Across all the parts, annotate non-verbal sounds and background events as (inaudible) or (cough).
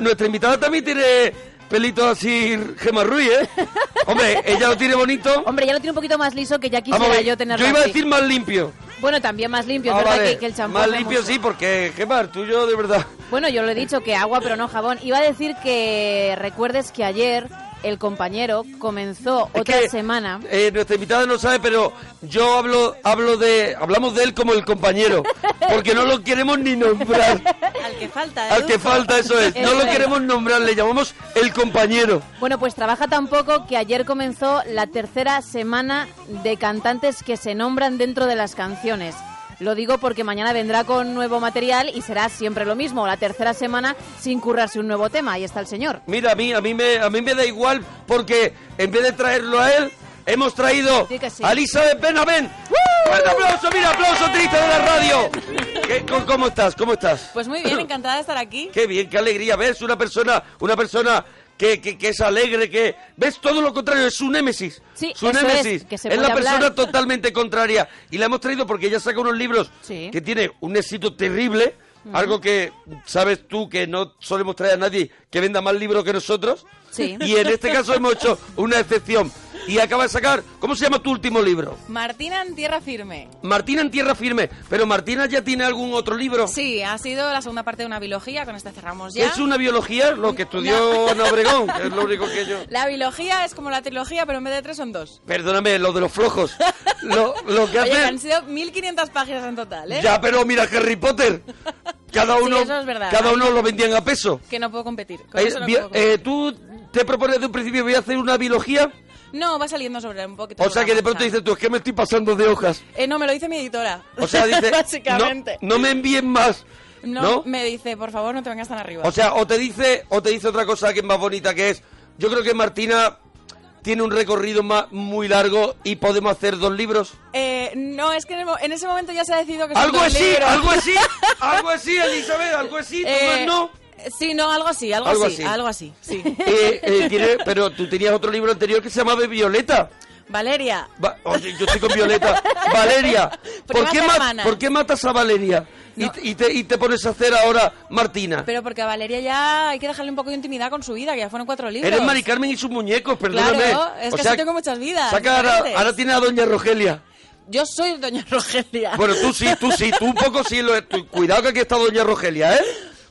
Nuestra invitada también tiene pelito así, Gemma Ruiz, (laughs) ¿eh? Hombre, ella lo tiene bonito. Hombre, ya lo tiene un poquito más liso que ya quisiera Vamos a ver, yo tenerlo Ah, iba a así. decir más limpio. Bueno, también más limpio, Ah, es verdad vale. que, que el champú... más hace limpio mucho. sí, porque Gemma, el tuyo de verdad. Bueno, yo lo he dicho, que agua pero no jabón. Iba a decir que recuerdes que ayer el compañero comenzó Es otra que, semana... eh, nuestra invitada no sabe, pero yo hablo, hablo de, hablamos de él como el compañero, porque no lo queremos ni nombrar. (laughs) Al que falta, Al que Educo. falta eso (laughs) es. No Eso lo es. queremos nombrar, le llamamos el compañero. Bueno, pues trabaja tan poco que ayer comenzó la tercera semana de cantantes que se nombran dentro de las canciones. Lo digo porque mañana vendrá con nuevo material y será siempre lo mismo, la tercera semana sin currarse un nuevo tema. Ahí está el señor. Mira, a mí, a mí me, a mí me da igual porque en vez de traerlo a él, hemos traído Sí que sí. a Elizabeth Benavent. ¡Un aplauso! ¡Mira, aplauso triste de la (laughs) radio! ¿Qué- co- ¿Cómo estás? ¿Cómo estás? Pues muy (coughs) bien, encantada de estar aquí. Qué bien, qué alegría. ¿Ves? Una persona, una persona que, que- que es alegre, que... ¿Ves? Todo lo contrario, es su némesis. Sí, su eso es, némesis. que se la puede hablar. persona totalmente contraria. Y la hemos traído porque ella saca unos libros Sí. que tiene un éxito terrible. Algo que sabes tú que no solemos traer a nadie que venda más libros que nosotros. Sí. Y en este caso hemos hecho una excepción. Y acaba de sacar, ¿cómo se llama tu último libro? Martina en tierra firme. Martina en tierra firme. Pero Martina ya tiene algún otro libro. Sí, ha sido la segunda parte de una biología, con esta cerramos ya. Es una biología, lo que estudió Ana Obregón, que es lo único que yo... La biología es como la trilogía, pero en vez de tres son dos. Perdóname, lo de los flojos. Lo, lo que Oye, que hacen... han sido 1500 páginas en total, ¿eh? Ya, pero mira Harry Potter. Cada Sí, uno, eso es verdad. cada uno lo vendían a peso. Que no puedo competir. Con Eh, eso no, bien, puedo eh, competir. ¿Tú te propones de un principio voy a hacer una biología? no, va saliendo sobre un poquito. O sea sobre que la de pronto marcha. dices tú, es que me estoy pasando de hojas. Eh, no, me lo dice mi editora. O sea, (laughs) dices, Básicamente. No, no me envíen más. No, No, me dice, por favor, no te vengas tan arriba. O sea, o te dice, o te dice otra cosa que es más bonita que es. Yo creo que Martina tiene un recorrido más, muy largo y podemos hacer dos libros. Eh, no, es que en, el mo- en ese momento ya se ha decidido que Pues son Algo dos así, libros. algo (laughs) así, algo así, Elizabeth, algo así, ¿tú Eh, más no. Sí, no, algo así, algo, Algo así, así. algo así, sí. (laughs) Eh, eh, tiene- pero tú tenías otro libro anterior que se llamaba Violeta. Valeria, Va- oye, yo estoy con (laughs) Violeta. Valeria, ¿por Primas qué, ma- hermanas. por qué matas a Valeria? Y, No. y te, y te pones a hacer ahora Martina. pero porque a Valeria ya hay que dejarle un poco de intimidad con su vida, que ya fueron cuatro libros. Eres Mari Carmen y sus muñecos, perdóname. Claro, es que así tengo muchas vidas, Saca ahora, diferentes. ahora tiene a Doña Rogelia. Yo soy doña Rogelia. Bueno, tú sí, tú sí, tú un poco sí. Lo, tú- cuidado que aquí está Doña Rogelia, ¿eh?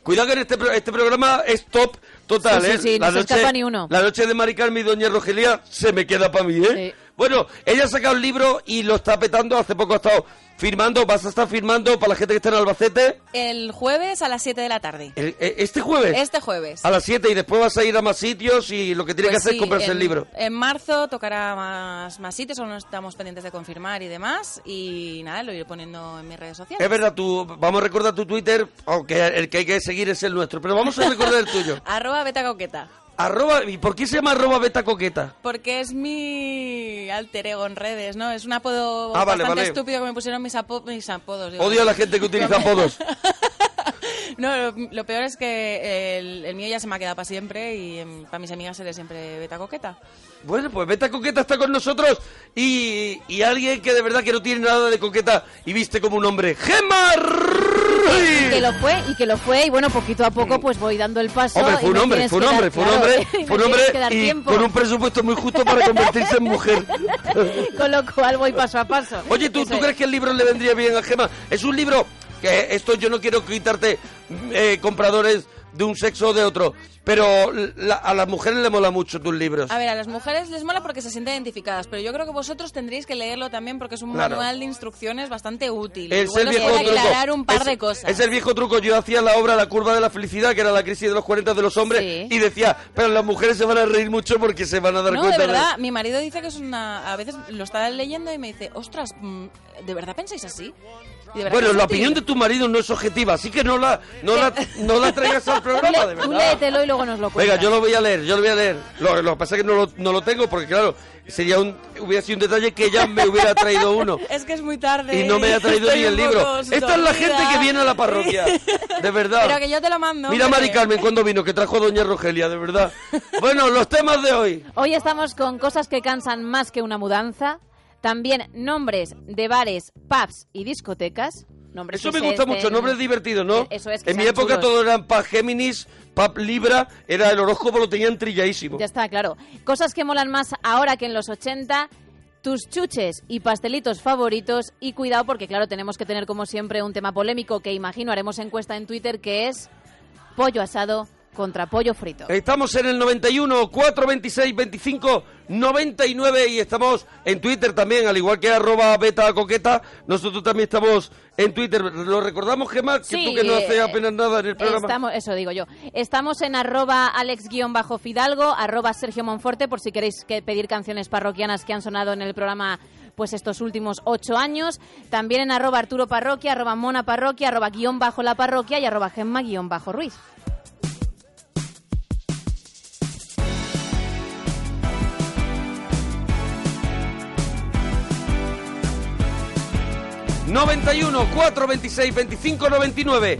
Cuidado que en este, pro- este programa es top total, Sí, sí, ¿eh? sí, no se escapa ni uno. La noche de Mari Carmen y Doña Rogelia se me queda para mí, ¿eh? Sí. Bueno, ella ha sacado el libro y lo está petando. Hace poco ha estado firmando, vas a estar firmando para la gente que está en Albacete El jueves a las 7 de la tarde. el- eh, este jueves. Este jueves. A las 7 y después vas a ir a más sitios y lo que tiene que Pues hacer sí, es comprarse en- el libro. En marzo tocará más, más sitios, aún no estamos pendientes de confirmar y demás. Y nada, lo iré poniendo en mis redes Es sociales. verdad, tú, vamos a recordar tu Twitter, aunque el que hay que seguir es el nuestro, pero vamos a recordar el tuyo. Arroba Beta Coqueta. Arroba, ¿y por qué se llama arroba beta coqueta? Porque es mi alter ego en redes, ¿no? Es un apodo Ah, vale, bastante vale. estúpido que me pusieron mis, apo- mis apodos. digo. Odio a la gente que utiliza apodos. No, lo, lo peor es que el, el mío ya se me ha quedado para siempre y em, para mis amigas seré siempre beta coqueta. Bueno, pues beta coqueta está con nosotros y, y alguien que de verdad que no tiene nada de coqueta y viste como un hombre. ¡Gemma! Ruiz! Que lo fue y que lo fue y bueno, poquito a poco pues voy dando el paso. Hombre, fue y un me hombre, tienes fue un que dar- hombre, fue un claro, (laughs) (laughs) hombre, y me fue un tienes que hombre dar y tiempo. con un presupuesto muy justo para convertirse en (laughs) mujer. Con lo cual voy paso a paso. Oye, ¿tú, Eso ¿tú es. crees que el libro le vendría bien a Gema? Es un libro que esto yo no quiero quitarte eh, compradores de un sexo o de otro, pero la- a las mujeres le mola mucho tus libros. A ver, a las mujeres les mola porque se sienten identificadas, pero yo creo que vosotros tendréis que leerlo también porque es un Claro. manual de instrucciones bastante útil. Es Igual el os viejo puede truco. aclarar un par Es- de cosas. Es el viejo truco. Yo hacía la obra La curva de la felicidad, que era la crisis de los 40 de los hombres, Sí. y decía, pero las mujeres se van a reír mucho porque se van a dar no, de cuenta. verdad, mi marido dice que es una... A veces lo está leyendo y me dice, ostras, mm, ¿de verdad pensáis así? ¿Y de verdad Bueno, que es la útil?". (laughs) opinión de tu marido no es objetiva, así que no la, no la, no la traigas al programa, de Tú verdad. léetelo y luego nos lo cuentas. Venga, yo lo voy a leer, yo lo voy a leer. Lo, lo que pasa es que no lo, no lo tengo porque, claro, sería un, hubiera sido un detalle que ya me hubiera traído (laughs) uno. Es que es muy tarde. Y no me ha traído estoy ni el un libro. poco Esta es la gente dolida. que viene a la (laughs) parroquia, de verdad. Pero que yo te lo mando. Mira hombre. Mari Carmen cuando vino, que trajo a Doña Rogelia, de (laughs) verdad. Bueno, los temas de hoy. Hoy estamos con cosas que cansan más que una mudanza. También nombres de bares, pubs y discotecas. No, hombre, Eso sí me sé, gusta este, mucho, nombres divertidos, ¿no? Eh, eso es, que en mi sean época chulos. todo eran Pap Géminis, Pap Libra, era el horóscopo, lo tenían trilladísimo. Ya está, claro. Cosas que molan más ahora que en los 80. Tus chuches y pastelitos favoritos. Y cuidado porque, claro, tenemos que tener como siempre un tema polémico que imagino haremos encuesta en Twitter que es pollo asado contra pollo frito. Estamos en el 91, 4, 26, 25, 99 y estamos en Twitter también, al igual que arroba beta coqueta, nosotros también estamos en Twitter. Lo recordamos, Gemma, que Sí, tú que no eh, haces apenas nada en el programa. Estamos, eso digo yo. Estamos en arroba alex-fidalgo, arroba Sergio Monforte, por si queréis que pedir canciones parroquianas que han sonado en el programa pues estos últimos ocho años. También en arroba Arturo Parroquia, arroba Mona Parroquia, arroba guión bajo la parroquia y arroba Gemma guión bajo Ruiz. y 91, 4, 26, 25, 99.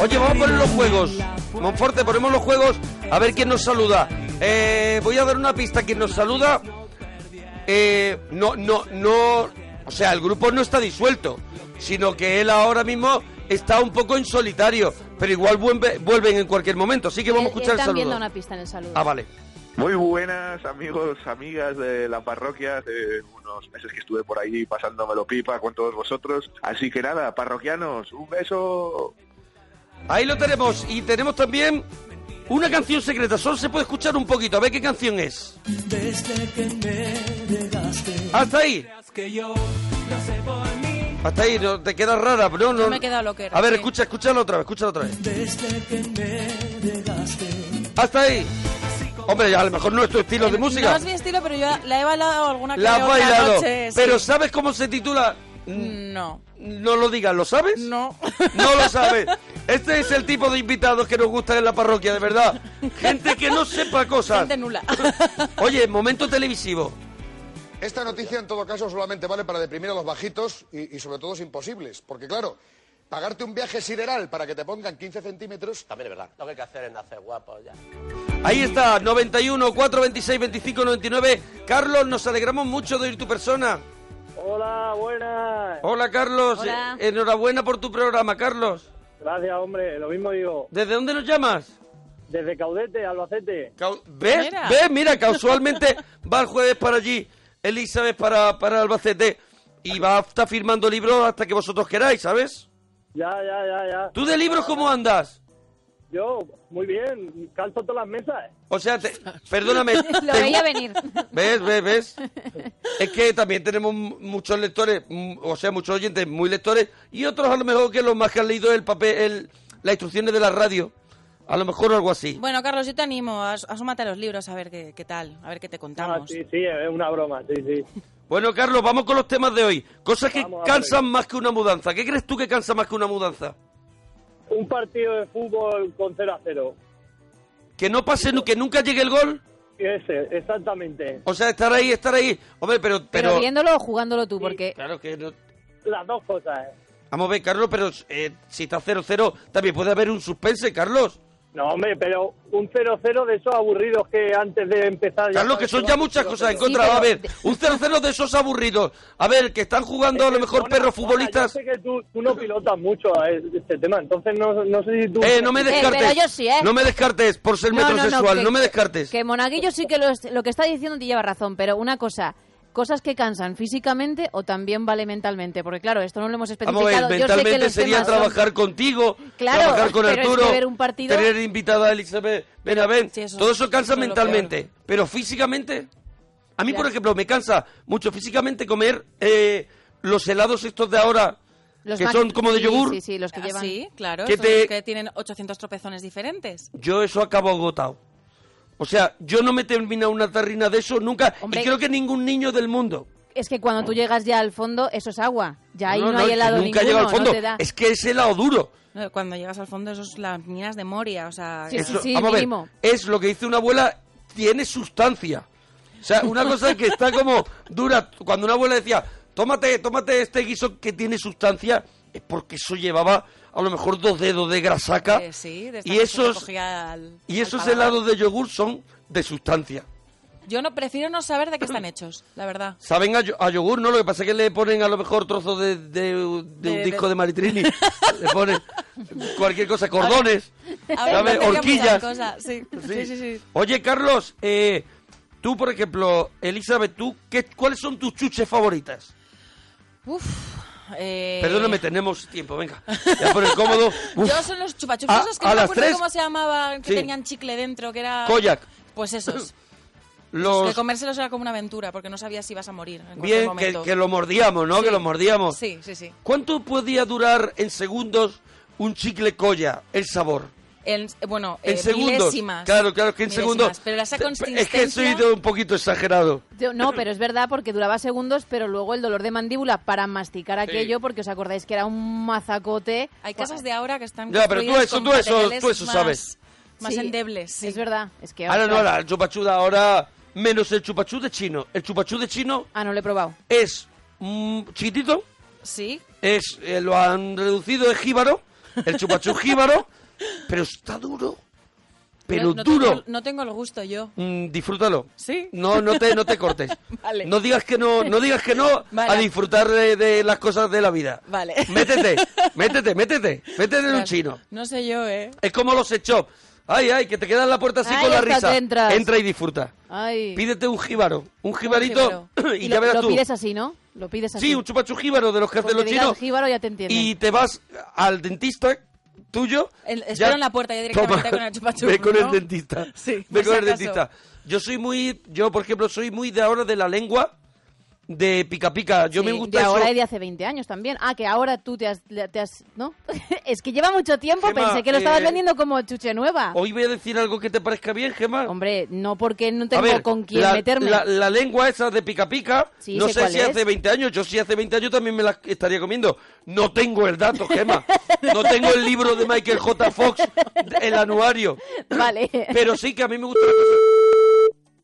Oye, vamos a poner los juegos. Monforte, ponemos los juegos a ver quién nos saluda. Eh, voy a dar una pista. Quien nos saluda, eh, no, no, no. O sea, el grupo no está disuelto, sino que él ahora mismo está un poco en solitario, pero igual vuelve- vuelven en cualquier momento. Así que vamos a Él- él escuchar el también da saludo. Eh, una pista en el saludo. Ah, vale. Muy buenas amigos, amigas de la parroquia, hace unos meses que estuve por ahí pasándomelo pipa con todos vosotros. Así que nada, parroquianos, un beso. Ahí lo tenemos. Y tenemos también una canción secreta. Solo se puede escuchar un poquito. A ver qué canción es. Desde que me llegaste, Hasta ahí. que yo no sé por mí. Hasta ahí, no, te quedas rara, no, no. me he quedado loquera, A ver, sí. escucha, escúchalo otra vez, escúchalo otra vez. Desde que me llegaste, Hasta ahí. Hombre, a lo mejor no es tu estilo de Eh, música. No es mi estilo, pero yo la he bailado alguna que La has otra bailado. noche, sí. Pero ¿sabes cómo se titula? Mm, No, No lo digas, ¿lo sabes? no. No lo sabes. Este es el tipo de invitados que nos gustan en la parroquia, de verdad. Gente que no sepa cosas. (laughs) Gente nula. Oye, momento televisivo. Esta noticia, en todo caso, solamente vale para deprimir a los bajitos y, y, sobre todo, los imposibles. Porque, claro, pagarte un viaje sideral para que te pongan 15 centímetros... También es verdad. Lo que hay que hacer es nacer guapo ya. Ahí está, 91, 4, 26, 25, 99. Carlos, nos alegramos mucho de oír tu persona. Hola, buenas. Hola, Carlos. Hola. Eh, Enhorabuena por tu programa, Carlos. Gracias, hombre. Lo mismo digo. ¿Desde dónde nos llamas? Desde Caudete, Albacete. Cau- ¿Ves? Mira. ¿Ves? Mira, casualmente (laughs) va el jueves para allí, Elizabeth para, para Albacete, y va a estar firmando libros hasta que vosotros queráis, ¿sabes? Ya, ya, ya, ya. ¿Tú de libros cómo andas? Yo, muy bien. Calzo todas las mesas. ¿eh? O sea, te- perdóname. (laughs) Lo te- (laughs) veía venir. ¿Ves? ¿Ves? ¿Ves? Es que también tenemos m- muchos lectores, m- o sea, muchos oyentes muy lectores, y otros a lo mejor que los más que han leído el papel, el- las instrucciones de la radio. A lo mejor algo así. Bueno, Carlos, yo te animo. as- Asómate a los libros a ver qué, qué tal, a ver qué te Ah, contamos. sí, sí, es una broma. Sí, (laughs) sí. Bueno, Carlos, vamos con los temas de hoy. Cosas que Vamos a ver. cansan más que una mudanza. ¿Qué crees tú que cansa más que una mudanza? Un partido de fútbol con 0 a 0. Que no pase, nu- que nunca llegue el gol. Ese, exactamente. O sea, estar ahí, estar ahí. Hombre, pero... Pero, Pero, viéndolo o jugándolo tú, porque Claro que no... Las dos cosas. ¿eh? Vamos a ver, Carlos, pero eh, si está 0-0, también puede haber un suspense, Carlos. No, hombre, pero un 0-0 de esos aburridos que antes de empezar... Carlos, sabes que son va ya a ser muchas 0-0. cosas en contra. pero- Va a ver, un 0-0 de esos aburridos. A ver, que están jugando a Eh, lo mejor Mona, perros Mona, futbolistas. Yo sé que tú, tú no pilotas mucho a este tema, entonces no, no sé si tú... Eh, no me Eh, pero descartes. yo sí, ¿eh? No me descartes por ser metrosexual, no, que- me descartes. Que Monaguillo sí que lo, es- lo que está diciendo te lleva razón, pero una cosa, cosas que cansan físicamente o también vale mentalmente, porque claro, esto no lo hemos Vamos especificado. a ver, Yo sé que mentalmente los sería temas son- trabajar contigo, Claro, trabajar con pero es Arturo, que ver un partido- tener invitada a Elizabeth Benavent, Sí, eso- todo eso cansa eso es lo mentalmente, pero físicamente, a mí Ya. por ejemplo me cansa mucho físicamente comer eh, los helados estos de ahora, los que más- son como de sí, yogur, Sí, sí, los que Ah, llevan. sí, claro. ¿Qué son te- los que tienen 800 tropezones diferentes. yo eso acabo agotado. O sea, yo no me termina una tarrina de eso nunca, Hombre. y creo que ningún niño del mundo. Es que cuando tú llegas ya al fondo, eso es agua. Ya ahí no, es hay que helado Nunca ninguno, llega al fondo. no te da. Es que es helado duro. No, Cuando llegas al fondo, esos las minas de Moria, o sea... Sí, que- Eso, sí, vamos a ver, mínimo. es lo que dice una abuela, tiene sustancia. O sea, una cosa que está como dura. Cuando una abuela decía, tómate, tómate este guiso que tiene sustancia, es porque eso llevaba a lo mejor dos dedos de grasaca. eh, sí, de estas y que se esos, cogía al- y al esos paladar. helados de yogur son de sustancia. Yo no prefiero no saber de qué están hechos, (laughs) la verdad. Saben a, yo- a yogur, ¿no? Lo que pasa es que le ponen a lo mejor trozos de, de- de De- un de- disco de (laughs) Maritrini. le ponen cualquier cosa, cordones, Ahora ¿sabes? empezaría muchas Horquillas. Pues cosas, sí. Pues Sí, sí, sí. Oye, Carlos, eh, tú, por ejemplo, Elizabeth, ¿tú qué, ¿cuáles son tus chuches favoritas? Uf. eh, Perdóname, tenemos tiempo, venga. Ya por el cómodo. Uf. (laughs) Yo son los chupachups. A- esos que a no me las acuerdo tres. cómo se llamaban, que Sí. tenían chicle dentro, que era. Koyak. (laughs) Pues esos. Que Los... comérselos era como una aventura, porque no sabías si ibas a morir en cualquier Bien, que, momento. que lo mordíamos, ¿no? Sí. Que lo mordíamos. Sí, sí, sí. ¿Cuánto podía durar en segundos un chicle colla, el sabor? En- bueno, En eh, segundos. milésimas. Claro, claro, que en Milésimas, segundos. Pero esa Pe- pe- consistencia... Es que soy de un poquito exagerado. Yo- No, pero es verdad porque duraba segundos, pero luego el dolor de mandíbula para masticar aquello, porque os acordáis que era un mazacote. Hay casas de ahora que están Ya, pero tú construidas eso- con tú eso- materiales tú eso más- sabes. Más Sí, endebles, sí. Es verdad. Es que Ahora Ah, no, ostras. ahora el chupachú de ahora, menos el chupachú de chino. El chupachú de chino Ah, no lo he probado. es mm, chiquitito, Sí, es, eh, lo han reducido de jíbaro, el chupachú jíbaro, pero está duro, pero no, no duro. Tengo, no tengo el gusto yo. Mm, disfrútalo. ¿Sí? No, no te, no te cortes. Vale. No digas que no, no digas que no Vale. a disfrutar de, de las cosas de la vida. Vale. (laughs) Métete, métete, métete, métete en un Ostras, chino. No sé yo, ¿eh? Es como los hechos. Ay, ay, que te quedas en la puerta así Ay, con la hasta risa. que entras. Entra y disfruta. Ay. Pídete un jíbaro, un jibarito jíbaro. (clears throat) (coughs) y, Y ya lo, verás lo tú. pides así, ¿no? Lo pides así. Sí, un chupachu jíbaro de los que hacen Porque los digas chinos. jíbaro ya te entienden. Y te vas al dentista tuyo. El- ya- espero en la puerta ya directamente con el (laughs) chupachup, Ve con ¿no? el dentista. Sí, Ve por con si el acaso. dentista. Yo soy muy, yo por ejemplo soy muy de ahora de la lengua de pica pica. Yo Sí, me gusta de eso. ahora y de hace 20 años también. Ah, que ahora tú te has... le- te has- ¿No? (laughs) es que lleva mucho tiempo, Gemma, pensé que lo estabas eh, vendiendo como chuche nueva. Hoy voy a decir algo que te parezca bien, Gemma. Hombre, no porque no A tengo ver, con quién la, meterme. La, la lengua esa de pica pica, Sí, no sé sé cuál si es. hace 20 años, yo si hace 20 años también me la estaría comiendo. No tengo el dato, Gemma. No tengo el libro de Michael J. Fox, el anuario. (laughs) Vale. (laughs) Pero sí que a mí me gusta la cosa- (laughs)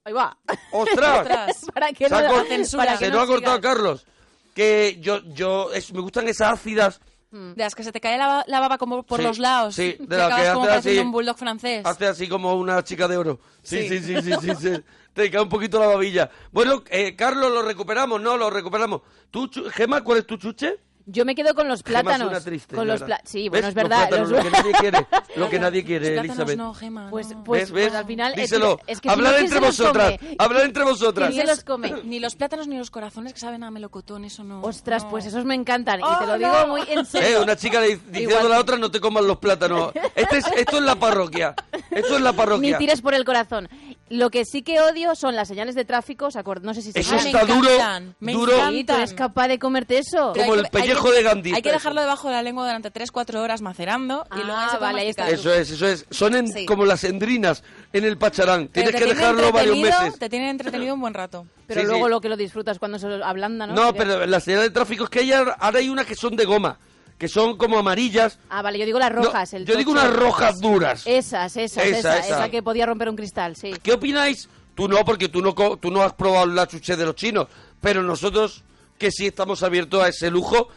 Ahí va. ¡Ostras! Ostras. (laughs) para que Se no... ha cor- censura, para que se no nos ha sigas. cortado Carlos. Que yo, yo, es- me gustan esas ácidas. Mm. De las que se te cae la, la baba como por Sí, los lados. sí, que de la acabas que como hace pareciendo así. un bulldog francés. Hace así como una chica de oro. Sí, sí, Sí. sí, sí, sí. sí. Te cae un poquito la babilla. Bueno, eh, Carlos, lo recuperamos, no, lo recuperamos. ¿Tú, Chu- Gema, cuál es tu chuche? Yo me quedo con los Gema plátanos. es una triste, con la los verdad. pla- Sí, ¿Ves? bueno, es Los verdad. plátanos, los- lo que (laughs) nadie quiere, lo que nadie quiere, Los plátanos Elizabeth. no, Gema. no. Pues, pues, ¿Ves, ves? pues al final... es Díselo. que- es que si Hablar no, ¿quién entre se los vosotras. come? Hablar entre vosotras. ¿Quién se los come? Ni los plátanos ni los corazones que saben a melocotón, eso no. Ostras, no. pues esos me encantan. y te Oh, lo digo no. muy en Eh, serio. una chica le dice- diciendo a la otra no te comas los plátanos. Este es, esto es la parroquia. Esto es la Ni parroquia. tires por el corazón. Lo que sí que odio son las señales de tráfico. ¿os acord- No sé si se Eso Ah, llaman. me está duro, encantan, me duro. Sí, encantan. tú eres capaz de comerte eso. Pero Como hay el que- hay pellejo que- de Gandhi. Hay que dejarlo debajo de la lengua durante 3-4 horas macerando y luego ahí Ah, se puede vale, ahí está. masticar. Eso es, eso es. Son en- Sí. como las endrinas en el pacharán. Pero Tienes te que tiene dejarlo varios entretenido- meses. Te tienen entretenido un buen rato. Pero Sí, luego sí. lo que lo disfrutas cuando se lo ablandan, ¿no? No, Creo. pero las señales de tráfico es que hay, ahora ahora hay unas que son de goma, que son como amarillas. Ah, vale, yo digo las No, rojas. el yo digo tocho. unas rojas duras. Esas, esas, Esa, esa, esa, esa. que podía romper un cristal, sí. ¿Qué opináis? Tú no, porque tú no, co- tú no has probado la chuche de los chinos, pero nosotros que sí estamos abiertos a ese lujo.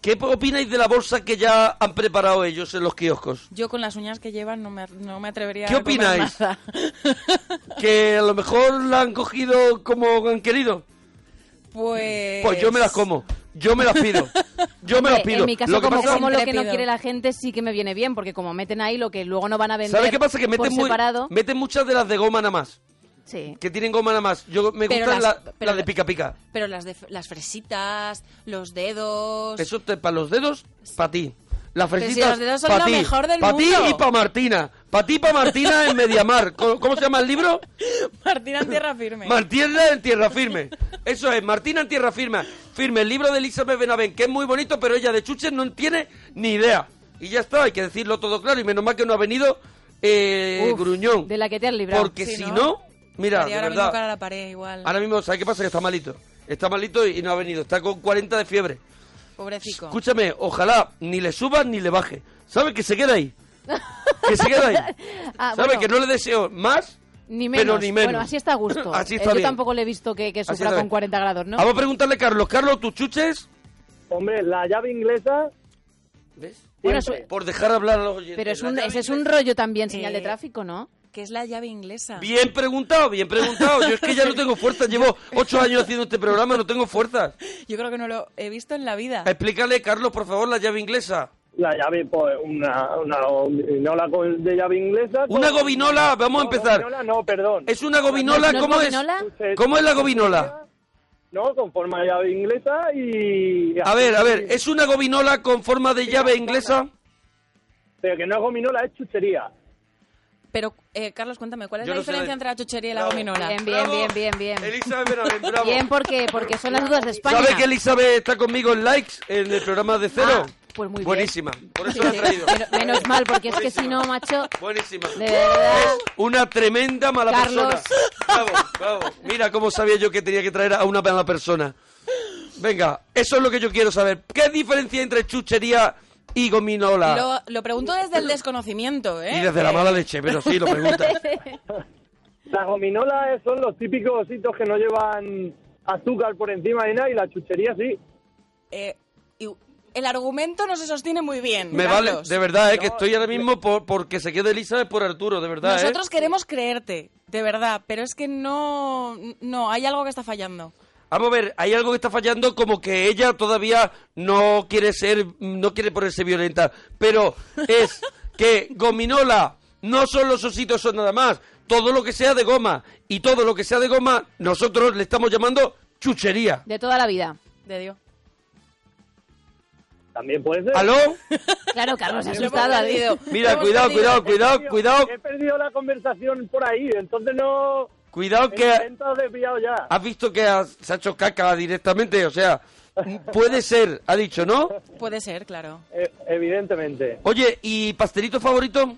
¿Qué opináis de la bolsa que ya han preparado ellos en los kioscos? Yo con las uñas que llevan no me, no me atrevería ¿Qué a comer opináis? nada. (laughs) Que a lo mejor la han cogido como han querido. pues... Pues yo me las como. Yo me las pido. Yo me las Hombre, pido. En mi caso, Lo que como, pasa- como lo que no Intrépido. quiere la gente, sí que me viene bien, porque como meten ahí lo que luego no van a vender ¿Sabes qué pasa? Que por meten, muy- separado... meten muchas de las de goma nada más. Sí. Que tienen goma nada más. Yo me Pero gustan las- la, pero- la de pica pica. Pero las, de, las fresitas, los dedos... (laughs) Eso te, para los dedos, para ti. Las si fresitas, los dedos son pa' lo ti. mejor del Pa' ti mundo. y para Martina. Para ti y para Martina en Mediamar. ¿Cómo, cómo se llama el libro? Martina en tierra firme. Martina en Tierra Firme. Eso es, Martina en Tierra Firme. Firme, el libro de Elizabeth Benavent, que es muy bonito, pero ella de chuches no tiene ni idea. Y ya está, hay que decirlo todo claro. Y menos mal que no ha venido eh, Uf, Gruñón. de la que te has librado. Porque Sí, si ¿no? no, mira, Estaría de ahora verdad. mismo cara a la pared igual. Ahora mismo, ¿sabes qué pasa? Que está malito. Está malito y no ha venido. Está con 40 de fiebre. Pobrecico. Escúchame, ojalá ni le suba ni le baje. ¿Sabes que se queda ahí? Que se (laughs) queda ahí. Ah, ¿Sabes bueno. que no le deseo más? Ni menos. Pero ni menos. Bueno, así está a (coughs) gusto. Así Eh, está yo bien. tampoco le he visto que, que Así sufra está con bien. 40 grados, ¿no? Vamos a preguntarle a Carlos. Carlos, ¿tus chuches? Hombre, la llave inglesa ¿Ves? Bueno, siempre. Por dejar hablar a los oyentes. Pero es pues, La un, llave ese es inglesa. un rollo también, señal de Eh, tráfico, ¿no? que es la llave inglesa. Bien preguntado, bien preguntado. Yo es que ya no tengo (laughs) fuerza. Llevo ocho años haciendo este programa, no tengo fuerzas. Yo creo que no lo he visto en la vida. Explícale, Carlos, por favor, la llave inglesa. La llave, pues, una, una gobinola con- de llave inglesa. con- Una gobinola, vamos a No, empezar. gobinola no, perdón. Es una gobinola, ¿No es ¿cómo es? gobinola? ¿Cómo es la gobinola? No, con forma de llave inglesa y... A ver, a ver, ¿es una gobinola con forma de llave inglesa? Pero que no es gominola, es chuchería. Pero, eh, Carlos, cuéntame, ¿cuál es Yo la no sé diferencia de- entre la chuchería y la Bravo. gominola? Bien, bien, bien, bien, bien. Elizabeth Benavent, (laughs) bravo. Bien, porque, porque son las dudas de España. ¿Sabe que Elizabeth está conmigo en likes en el programa de cero? Ah, pues muy bien. Buenísima. Por eso Sí, la (laughs) he sí. traído. Men- Menos mal, porque es que si no, macho, Buenísima. de verdad... Una tremenda mala Carlos. persona. Bravo, bravo. Mira cómo sabía yo que tenía que traer a una mala persona. Venga, eso es lo que yo quiero saber. ¿Qué diferencia hay entre chuchería y gominola? Lo, lo pregunto desde el desconocimiento, ¿eh? Ah. Y desde la Eh, mala leche, pero sí, lo (laughs) pregunta. Las gominolas son los típicos ositos que no llevan azúcar por encima ni nada y la chuchería sí. eh, y el argumento no se sostiene muy bien. Me vale, Carlos. de verdad, eh, que estoy ahora mismo por, porque se quede Elizabeth por Arturo, de verdad. eh. Nosotros queremos creerte, de verdad, pero es que no, no, hay algo que está fallando. Vamos a ver, hay algo que está fallando, como que ella todavía no quiere ser, no quiere ponerse violenta, pero es que gominola no son los ositos, son nada más. Todo lo que sea de goma y todo lo que sea de goma, nosotros le estamos llamando chuchería. De toda la vida. De Dios. También puede ser. ¿Aló? Claro, Carlos, se ha Lo hemos asustado, ha perdido. dicho. Mira, Lo hemos cuidado, perdido. cuidado, cuidado, cuidado, He perdido la conversación por ahí, entonces no... cuidado he que intentado desviado ya. has visto que has- se ha hecho caca directamente, o sea, puede ser, ha dicho, ¿no? Puede ser, claro. E- evidentemente. Oye, ¿y pastelito favorito?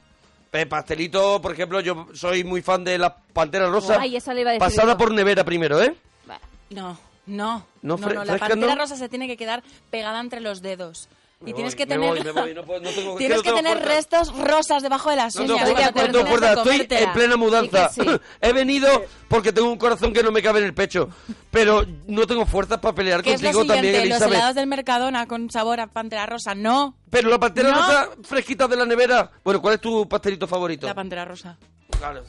Eh, pastelito, por ejemplo, yo soy muy fan de la Pantera Rosa. Ay, esa le iba a decir Pasada yo. por nevera primero, ¿eh? Bueno, No, no. No, No, fre- no, la ¿sabes que pantera no? rosa se tiene que quedar pegada entre los dedos. Me y tienes voy, que me tener, voy, me voy, no puedo- no tengo- es que (laughs) tienes no que tengo tener fuerza. restos rosas debajo de las No uñas. ¿eh? tengo estoy fuerza, de no acuerdo, tengo tienes fuerza, que estoy comértela. en plena mudanza. Sí que sí. (laughs) He venido porque tengo un corazón que no me cabe en el pecho, pero no tengo fuerzas para pelear ¿Qué es lo contigo siguiente? también, Los helados Elizabeth. del Mercadona con sabor a pantera rosa. No, Pero la Pantera No. Rosa fresquita de la nevera. Bueno, ¿cuál es tu pastelito favorito? la pantera rosa. Claro.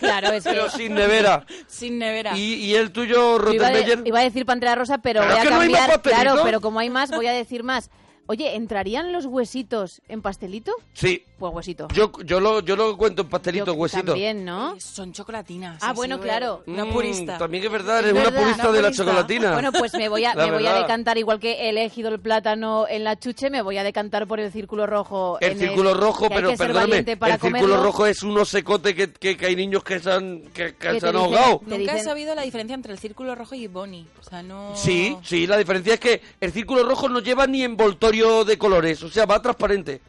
Claro, es que... Pero sin (laughs) nevera. Sin nevera. ¿Y, y el tuyo, Yo Iba, de- Rottenmeier? iba a decir Pantera Rosa, pero Claro voy a que no hay más cambiar. pastelito. claro, pero como hay más, voy a decir más. Oye, ¿entrarían los huesitos en pastelito? Sí, Pues huesito. yo, yo, lo, yo lo cuento en pastelito, Yo huesito. También, ¿no? Eh, Son chocolatinas. Ah, así, bueno, bueno. claro. Una Mm, purista. También es verdad, eres Es una verdad, purista una de la purista. chocolatina. Bueno, pues me voy a, La me voy a verdad. decantar, igual que he elegido el plátano en la chuche, me voy a decantar por el círculo rojo. El en círculo rojo, que hay pero que ser perdóname, el valiente para círculo comerlo. rojo es un osecote que, que, que hay niños que se han, que, que Que se te han dicen- ahogado. Te Nunca he dicen- sabido la diferencia entre el círculo rojo y Bonnie. O sea, no. Sí, sí, la diferencia es que el círculo rojo no lleva ni envoltorio de colores, o sea, va transparente.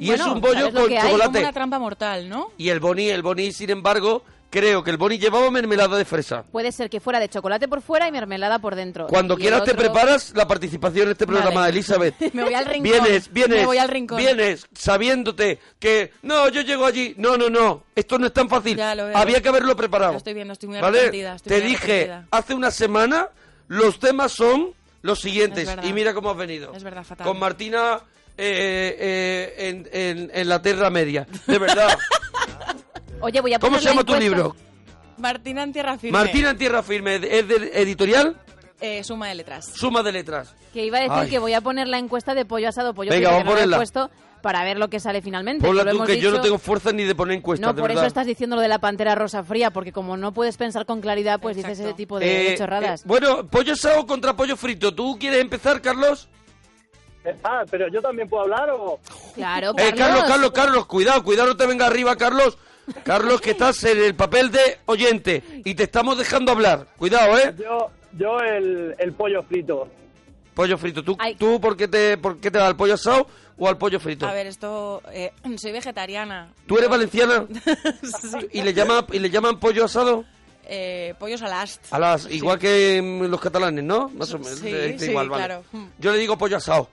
y es Ah, bueno, un bollo ¿sabes lo con que hay? Es como chocolate. una trampa mortal, (laughs) ¿no? Y el boni, el boni, sin embargo, creo que el boni llevaba mermelada de fresa. Puede ser que fuera de chocolate por fuera y mermelada por dentro. Cuando Y el quieras te otro- preparas la participación en este programa, Vale. Elizabeth. (laughs) Me (laughs) voy al rincón. Vienes, vienes, Me voy al rincón. vienes sabiéndote que no, yo llego allí. No, no, no, esto no es tan fácil. Ya lo veo. Había que haberlo preparado. Lo estoy viendo, estoy muy ¿Vale? arrepentida, estoy Te muy dije arrepentida. hace una semana los temas son los siguientes Es verdad. y mira cómo has venido. Es verdad, fatal. Con Martina eh, eh, en, en- en la Tierra Media, de (laughs) verdad. Oye, voy a ¿Cómo poner se la llama tu encuesta- libro? Martina en tierra firme. Martina en Tierra Firme, es de editorial Eh, suma de letras. Suma de Letras. Que iba a decir Ay. que voy a poner la encuesta de pollo asado, pollo Venga, frito, vamos a que no la he ponerla. puesto para ver lo que sale finalmente. Ponla Lo tú, hemos que yo no dicho- tengo fuerza ni de poner encuestas, No, de por eso verdad. estás diciendo lo de la pantera rosa fría, porque como no puedes pensar con claridad, pues dices Exacto. ese tipo de, de Eh, chorradas. eh, bueno, pollo asado contra pollo frito. ¿Tú quieres empezar, Carlos? Eh, Ah, pero yo también puedo hablar o... claro, Eh, Carlos. Carlos, Carlos, Carlos, cuidado, cuidado, no te venga arriba, Carlos. Carlos, que estás en el papel de oyente y te estamos dejando hablar. Cuidado, ¿eh? Yo, yo el, el pollo frito. Pollo frito. ¿Tú, Ay. tú por, qué te, por qué te vas al pollo asado o al pollo frito? A ver, esto. eh, (clears throat) soy vegetariana. (laughs) ¿Tú eres valenciana Sí. y le, llama, y le llaman pollo asado? Eh, pollos al ast. A las, igual que mm, los catalanes, ¿no? Más o menos. Sí, es sí, igual, vale. claro. Mm. Yo le digo pollo asado,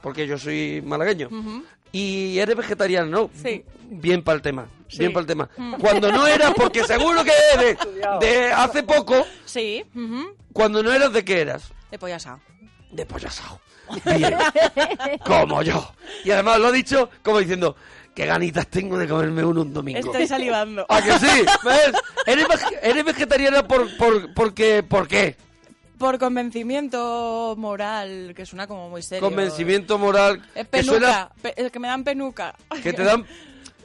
porque yo soy malagueño. Y eres vegetariano, ¿no? Sí. Bien para el tema, Sí. Mm. bien para el tema. Cuando no eras, porque seguro que eres de hace poco, Sí. ujú, cuando no eras, ¿de qué eras? De pollo asado. De (laughs) (laughs) pollo asado. Bien. Como yo. Y además lo ha dicho como diciendo, qué ganitas tengo de comerme uno un domingo. (laughs) Estoy salivando. ¿A que sí? ¿Ves? ¿Eres, veg- eres vegetariana por, por, porque, ¿por qué? Por convencimiento moral, que suena como muy serio. Convencimiento moral. Es que suena- penuca, pe- es que me dan penuca. que te dan... (laughs)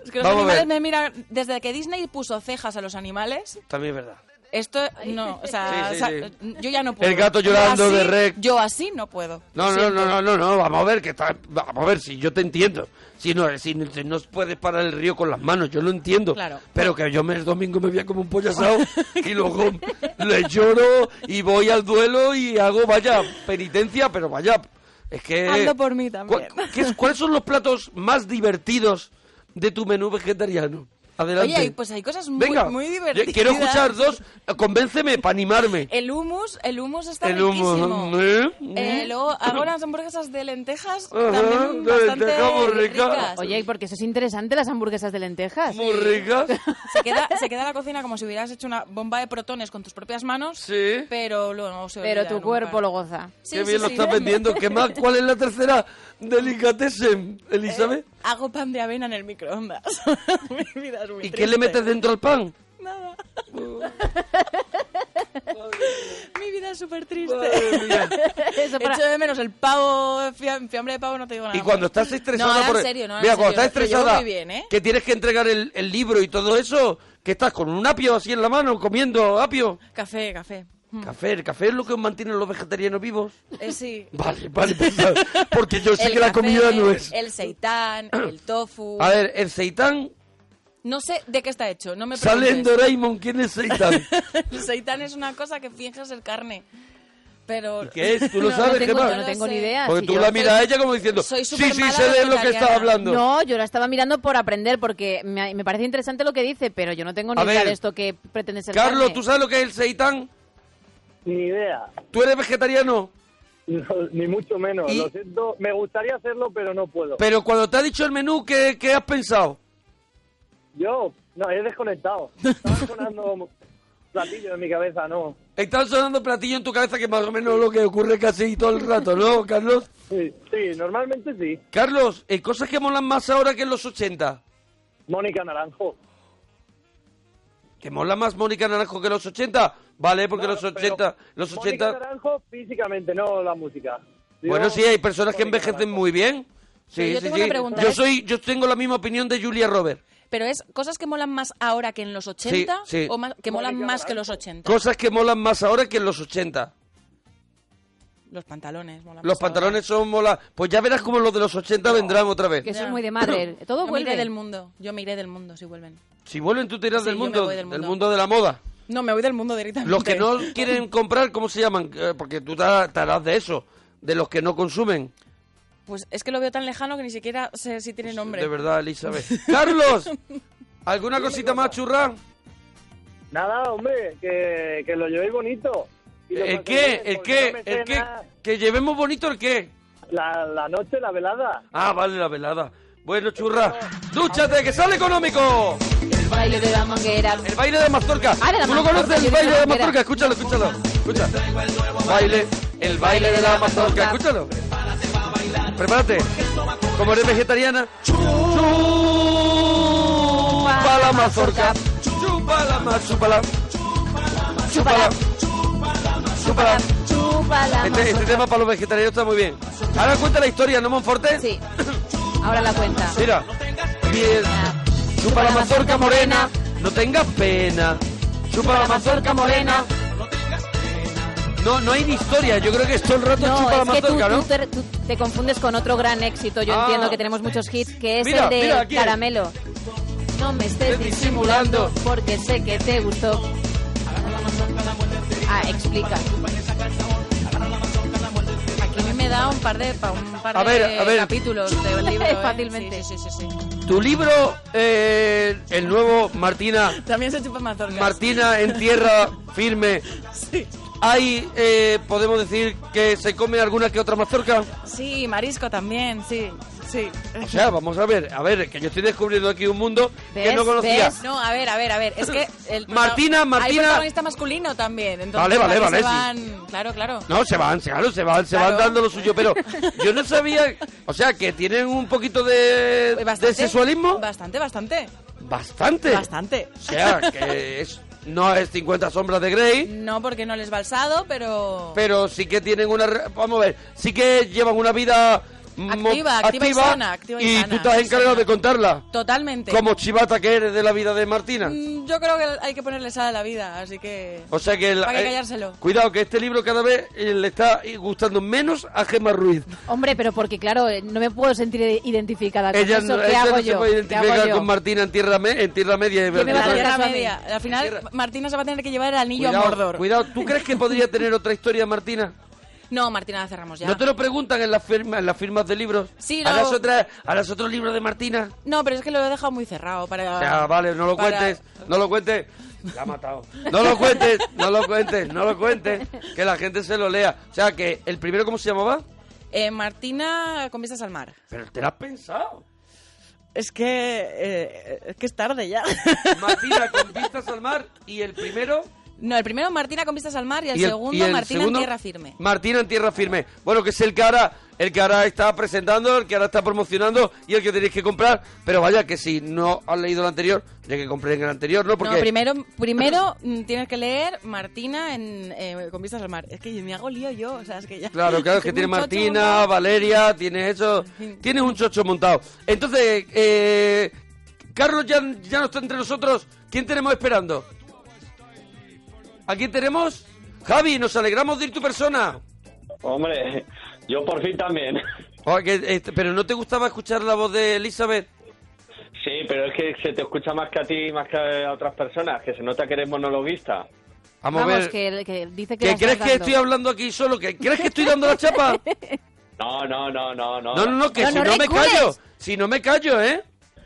Es que los Vamos a ver. animales me miran. Desde que Disney puso cejas a los animales, También es verdad. esto no, o sea, Sí, sí, o sea, sí. yo ya no puedo. El gato llorando Yo así- de rec. Yo así no puedo. No, Lo no, siento. no, no, no, no, vamos a ver, que está- vamos a ver, si yo te entiendo. Si no, si no, si no puedes parar el río con las manos, yo lo entiendo. Claro. Pero que yo me, el domingo me voy a como un pollo (laughs) asado y luego le lloro y voy al duelo y hago, vaya, penitencia, pero vaya, es que... Hazlo por mí también. ¿Cuál- qué es- ¿Cuáles son los platos más divertidos de tu menú vegetariano? Adelante. Oye, y pues hay cosas muy- Venga, muy yo divertidas. Quiero escuchar dos, convénceme para animarme. El hummus, el hummus está El hummus, riquísimo. ¿eh? Eh, luego hago unas hamburguesas de lentejas Ajá, también de bastante lentejas muy ricas. ricas. Oye, ¿y porque eso es interesante, las hamburguesas de lentejas. Muy ricas. Se queda, se queda la cocina como si hubieras hecho una bomba de protones con tus propias manos, Sí. pero luego no se Pero olvida tu nunca. cuerpo lo goza. Sí, Qué sí, bien lo sí. estás vendiendo. ¿Qué más? ¿Cuál es la tercera? Delicatessen, Elizabeth. Hago pan de avena en el microondas. (laughs) Mi vida es muy ¿Y qué le triste. metes dentro al pan? Nada. Mi vida es súper triste. Madre (laughs) mía. Eso para- Echo de menos el pavo, fiam- fiambre de pavo, no te digo nada. Y cuando más. estás estresada No, ahora en por serio, no, ahora Mira, en cuando serio, estás lo llevo estresada muy bien, ¿eh? que tienes que entregar el, el libro y todo eso, que estás con un apio así en la mano comiendo apio. Café, café. Café, el café es lo que mantiene a los vegetarianos vivos. Eh, sí. Vale, vale, (laughs) pensad, (laughs) porque yo sé El que la café, comida no es. El seitán, el tofu. A ver, el seitán No sé de qué está hecho, no me sale en preguntes. Doraemon, ¿quién es (laughs) seitán? El seitán es una cosa que finges ser carne. Pero. ¿Y qué es? (laughs) ¿Tú lo No, no sabes, tengo, Gemma? yo no tengo ni Yo lo sé. idea. Porque si tú yo- la miras a ella como diciendo, soy sí, supermala sí, sé de lo que vegetariana". está hablando. No, yo la estaba mirando por aprender porque me, me parece interesante lo que dice, pero yo no tengo ni A idea ver. de esto que pretende ser. Carlos, carne. ¿tú sabes lo que es el seitán? Ni idea. (laughs) ¿Tú eres vegetariano? No, ni mucho menos. Y- Lo siento, me gustaría hacerlo, pero no puedo. Pero cuando te ha dicho el menú, ¿qué, qué has pensado? Yo, no, he desconectado. (laughs) Estaba sonando platillo en mi cabeza, no. Están sonando platillos en tu cabeza que más o menos lo que ocurre casi todo el rato, ¿no, Carlos? Sí, sí, normalmente sí. Carlos, hay cosas que molan más ahora que en los 80. Mónica Naranjo. ¿Que mola más Mónica Naranjo que los 80? Vale, porque No, los pero 80... Los Mónica 80... Naranjo físicamente, no la música. Digo, Bueno, sí, hay personas que Mónica envejecen Naranjo. muy bien. Sí, Pero yo sí, tengo una sí. pregunta, Yo, ¿eh? soy, yo tengo la misma opinión de Julia Robert. Pero es cosas que molan más ahora que en los 80 sí. o más- que molan Mónica más que Naranjo. los 80. Cosas que molan más ahora que en los 80. Los pantalones molan Los más ahora. pantalones son mola. Pues ya verás como los de los 80 vendrán otra vez. Que eso Ya. es muy de madre. Todo Yo me iré vuelve. del mundo. Yo me iré del mundo si vuelven. Si vuelven, tú te irás Sí, del, yo me mundo, voy del del mundo, mundo. de la moda. No, me voy del mundo directamente. Los (laughs) que no quieren comprar, ¿cómo se llaman? Eh, Porque tú te te harás de eso, de los que no consumen. Pues es que lo veo tan lejano que ni siquiera sé si tiene nombre. Pues, De verdad, (laughs) Elizabeth. Carlos, ¿alguna cosita más churra? Nada, hombre, que, que lo llevéis bonito. Y lo Eh, ¿El paséis qué? bien, ¿El porque no qué? me ¿El sé qué? nada. ¿Que llevemos bonito el qué? La, la noche, la velada. Ah, vale, la velada. Bueno, churra, dúchate, que sale económico. El baile de (laughs) la manguera. El baile de Mazorca. Ah, de la ¿Tú lo mazorca, conoces, yo el digo baile de la la manguera. mazorca? Escúchalo, escúchalo. Escucha. Baile, el baile de la mazorca. Escúchalo. Prepárate. Como eres vegetariana, chupa la mazorca. Chupa la mazorca. Chúpala. Chúpala. Chúpala. Chúpala, Este, este mazorca. tema para los vegetarianos está muy bien. Ahora cuenta la historia, ¿no, Monforte? Sí. Ahora la cuenta. Mira. Bien. Chupa la mazorca morena, no tengas pena. Chupa la mazorca morena. No, no hay ni historia. Yo creo que es todo el rato No, chupa la es que tú, mazorca, ¿no? tú te, tú te confundes con otro gran éxito. Yo Ah. entiendo que tenemos muchos hits, que es Mira, el de mira, aquí es. Caramelo. No me estés Estoy disimulando disimulando. porque sé que te gustó. Ah, explica. Aquí me da un par de, pa- un par A de ver, a ver. capítulos (laughs) del libro. ¿eh? Fácilmente. Sí, sí, sí, sí. Tu libro, eh, el nuevo Martina, También se chupa mazorcas. Martina en tierra firme. Sí. hay, eh, podemos decir, que se come alguna que otra mazorca. Sí, marisco también, sí, sí. O sea, vamos a ver, a ver, que yo estoy descubriendo aquí un mundo que ¿Ves? no conocía. ¿Ves? No, a ver, a ver, a ver. Es que. (laughs) El Martina, Hay Martina. protagonista masculino también. Vale, Entonces, vale, ahí vale, sí. se van- Claro, claro. No, se van, se- claro, se van, se Claro. van dando lo suyo, pero yo no sabía, o sea, que tienen un poquito Pues de, de sexualismo. Bastante, bastante. Bastante. Bastante. O sea, que es, no es 50 sombras de Grey, (laughs) No porque no les va balsado, pero. pero sí que tienen una... re- Vamos a ver, sí que llevan una vida... mo- Activa, activa y sana, activa y sana. tú estás encargado de contarla. Totalmente. Como chivata que eres de la vida de Martina. Mm, Yo creo que hay que ponerle sal a la vida, así que. O sea que... el- Para que eh, callárselo. cuidado, que este libro cada vez eh, le está gustando menos a Gemma Ruiz. Hombre, pero porque claro, eh, no me puedo sentir identificada con Ella, eso. no- ¿Qué ella hago no se yo? puede ¿Qué hago identificar yo? con Martina en tierra, me- en tierra media. ¿Quién me va a hacer la tierra caso a mí? media. Al final, Tierra- Martina se va a tener que llevar el anillo a Cuidado, Mordor. cuidado, ¿tú crees que podría tener otra historia, Martina? No, Martina, la cerramos ya. ¿No te lo preguntan en las firmas, en las firmas de libros? Sí, ¿Harás, no. otra, harás otro libro de Martina? No, pero es que lo he dejado muy cerrado para. Ya, vale, no lo Ah. para- cuentes, no lo cuentes. La ha matado. No lo cuentes, no lo cuentes, no lo cuentes. Que la gente se lo lea. O sea, que el primero, ¿cómo se llamaba? Eh, Martina, con vistas al mar. Pero te lo has pensado. Es que. eh, es que es tarde ya. (laughs) Martina con vistas al mar y el primero... no, el primero Martina con vistas al mar y el, y segundo y el Martina segundo, en tierra firme. Martina en tierra firme. Bueno, que es el que ahora, el que ahora está presentando, el que ahora está promocionando y el que tenéis que comprar. Pero vaya, que si no has leído el anterior, ya que compren el anterior, ¿no? Porque No, primero, primero mm, tienes que leer Martina en, eh, con vistas al mar. Es que me hago lío yo, o sea, es que ya. Claro, claro, es que (laughs) tiene Tengo un chocho Martina, montado. Valeria, tiene (laughs) eso. Tienes un chocho montado. Entonces, eh, Carlos ya, ya no está entre nosotros. ¿Quién tenemos esperando? ¿A quién tenemos? Javi, nos alegramos de ir tu persona. Hombre, yo por fin también. (laughs) Oh, que, eh, pero no te gustaba escuchar la voz de Elizabeth. Sí, pero es que se te escucha más que a ti y más que a otras personas, que se nota que eres monologuista. Vamos, Vamos, a ver. ¿Que, que, que dice que. la crees estás que dando. estoy hablando aquí solo? ¿Que crees que estoy dando la (laughs) chapa? No, no, no, no, no. No, no, no, que No, si no, no me recules. callo. Si no me callo, ¿eh?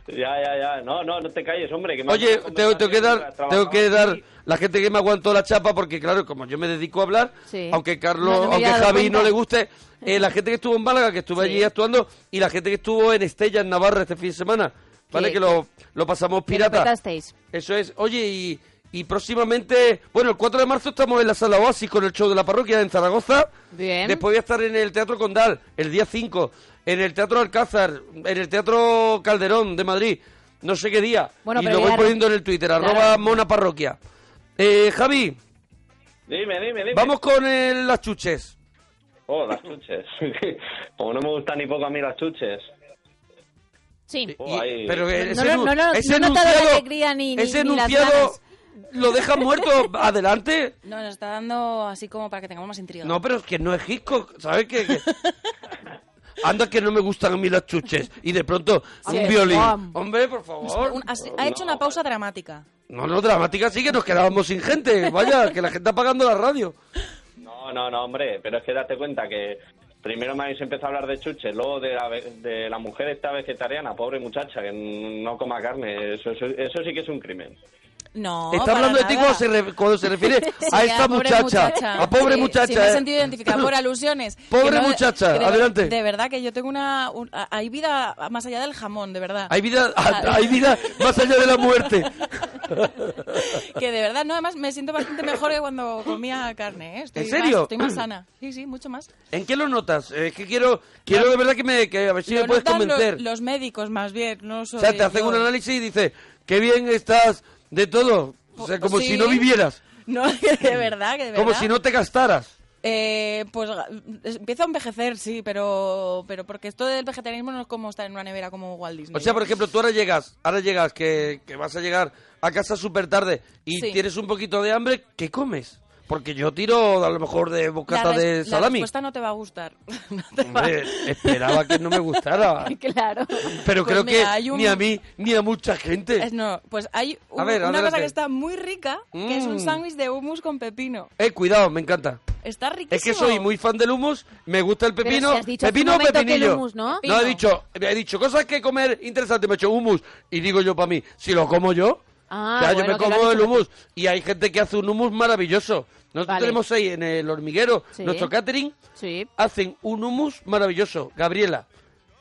Ya, ya, ya. No, no, no te calles, hombre. Que me Oye, has dado tengo, tengo que dar, conversación, tengo que trabajamos dar la gente que me aguantó la chapa, porque claro, como yo me dedico a hablar, Sí. aunque Carlos, No, no me aunque había dado Javi cuenta. no le (laughs) guste, eh, la gente que estuvo en Málaga, que estuve allí actuando, y la gente que estuvo en Estella, en Navarra, este fin de semana, ¿vale? Que- Que lo, lo pasamos Que pirata. petasteis. Eso es. Oye, y, y próximamente, bueno, el 4 de marzo estamos en la sala Oasis con el show de la parroquia en Zaragoza. Bien. Después voy a estar en el Teatro Condal el día 5, en el Teatro Alcázar, en el Teatro Calderón de Madrid, no sé qué día. Bueno, y pero lo ya voy re- poniendo en el Twitter, arroba mona parroquia. Eh, Javi, Dime, dime, dime. vamos con el- las chuches. Oh, las chuches. (laughs) Como no me gustan ni poco a mí las chuches. Sí. Oh, Y- ahí. pero ese, no, enu- no, no, ese no he notado la enunciado, alegría ni- ni- ese ni las enunciado ganas. lo deja muerto (laughs) adelante. No, nos está dando así como para que tengamos más intriga. No, pero es que no es Hitchcock, ¿sabes qué? (laughs) Que- Anda que no me gustan a mí las chuches y de pronto Sí, un violín. guam. Hombre, por favor. Un- ha, ha hecho una pausa dramática. No, no, dramática sí que nos quedábamos sin gente. Vaya, que la gente está pagando la radio. No, no, no, hombre. Pero es que date cuenta que primero me habéis empezado a hablar de chuches, luego de la, ve- de la mujer esta vegetariana, pobre muchacha, que no coma carne. Eso, eso, eso sí que es un crimen. No. está para hablando de ti nada. cuando se, re- cuando se refiere (laughs) Sí, a esta pobre muchacha, A pobre Sí, muchacha. sí me eh. he sentido (laughs) identificada por alusiones. Pobre Que muchacha, que de- adelante. De verdad que yo tengo una... un- a- hay vida más allá del jamón, de verdad. Hay vida, hay vida más allá de la muerte. (laughs) Que de verdad, no, además me siento bastante mejor que cuando comía carne, ¿eh? Estoy ¿En serio? Más, estoy más sana. Sí, sí, mucho más. ¿En qué lo notas? Es que quiero, quiero de verdad que me, que a ver si Lo me puedes notan lo- convencer. Los, médicos, más bien, no soy O sea, te hacen yo. un análisis y dices, qué bien estás de todo. O sea, como Sí. si no vivieras. (laughs) No, que de verdad, que de verdad. Como si no te gastaras. Eh, pues ga- es- empiezo a envejecer, sí, pero, pero porque esto del vegetarianismo no es como estar en una nevera como Walt Disney. O sea, por ejemplo, tú ahora llegas, ahora llegas, que, que vas a llegar a casa súper tarde y Sí. tienes un poquito de hambre, ¿qué comes? Porque yo tiro a lo mejor de bocata de res- salami. La respuesta no te va a gustar. (laughs) No te va- Hombre, esperaba que no me (laughs) gustara. Claro. Pero Pues creo mira, que hay un- ni a mí ni a mucha gente. Es- no, pues hay un- A ver, una adelante. cosa que está muy rica, que es Mm. un sándwich de hummus con pepino. Eh, cuidado, me encanta. Está riquísimo. Es que soy muy fan del hummus, me gusta el Pero pepino. si has dicho hace un pepino o momento que el pepinillo. hummus, ¿no? he dicho, he dicho cosas que comer interesantes, me he hecho hummus y digo yo para mí, si lo como yo, Ah, o sea, bueno, yo me que lo como has el dicho- humos y hay gente que hace un hummus maravilloso. Nosotros Vale. tenemos ahí en el hormiguero, Sí. nuestro catering, Sí. hacen un hummus maravilloso. Gabriela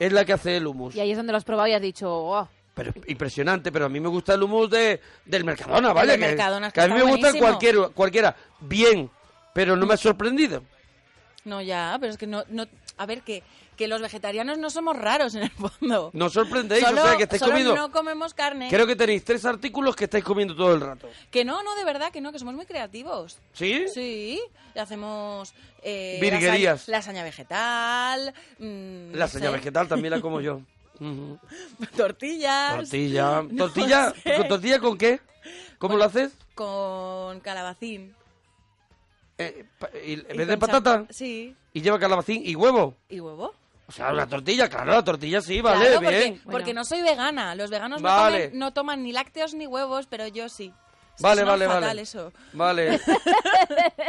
es la que hace el hummus. Y ahí es donde lo has probado y has dicho, "Oh, Pero es impresionante, pero a mí me gusta el hummus de, del Mercadona, Del ¿vale? que, Mercadona, es que a que mí me está gusta buenísimo. cualquiera, cualquiera. Bien, pero no me ha sorprendido. No, ya, pero es que no... no a ver, que, que los vegetarianos no somos raros en el fondo. No os sorprendéis, solo o sea, que estáis solo comiendo... no comemos carne. Creo que tenéis tres artículos que estáis comiendo todo el rato. Que no, no, de verdad, que no, que somos muy creativos. ¿Sí? Sí, le hacemos... Eh, Virguerías. lasa- Lasaña vegetal... mm, no La señal sé, vegetal también la como yo. Ujú. (laughs) Tortillas. Tortilla. Ah, No ¿Tortilla? sé. ¿Con tortilla con qué? ¿Cómo Con- lo haces? Con calabacín. Eh, pa- y- Y ¿En vez de con patata? chap- Sí. Y lleva calabacín y huevo. ¿Y huevo? O sea, la tortilla, claro, la tortilla sí, vale, Claro, porque, bien. Bueno. porque no soy vegana. Los veganos no Vale. toman- no, toman, ni lácteos ni huevos, pero yo sí. Es que Vale, suena vale, fatal vale. eso. (laughs) Vale.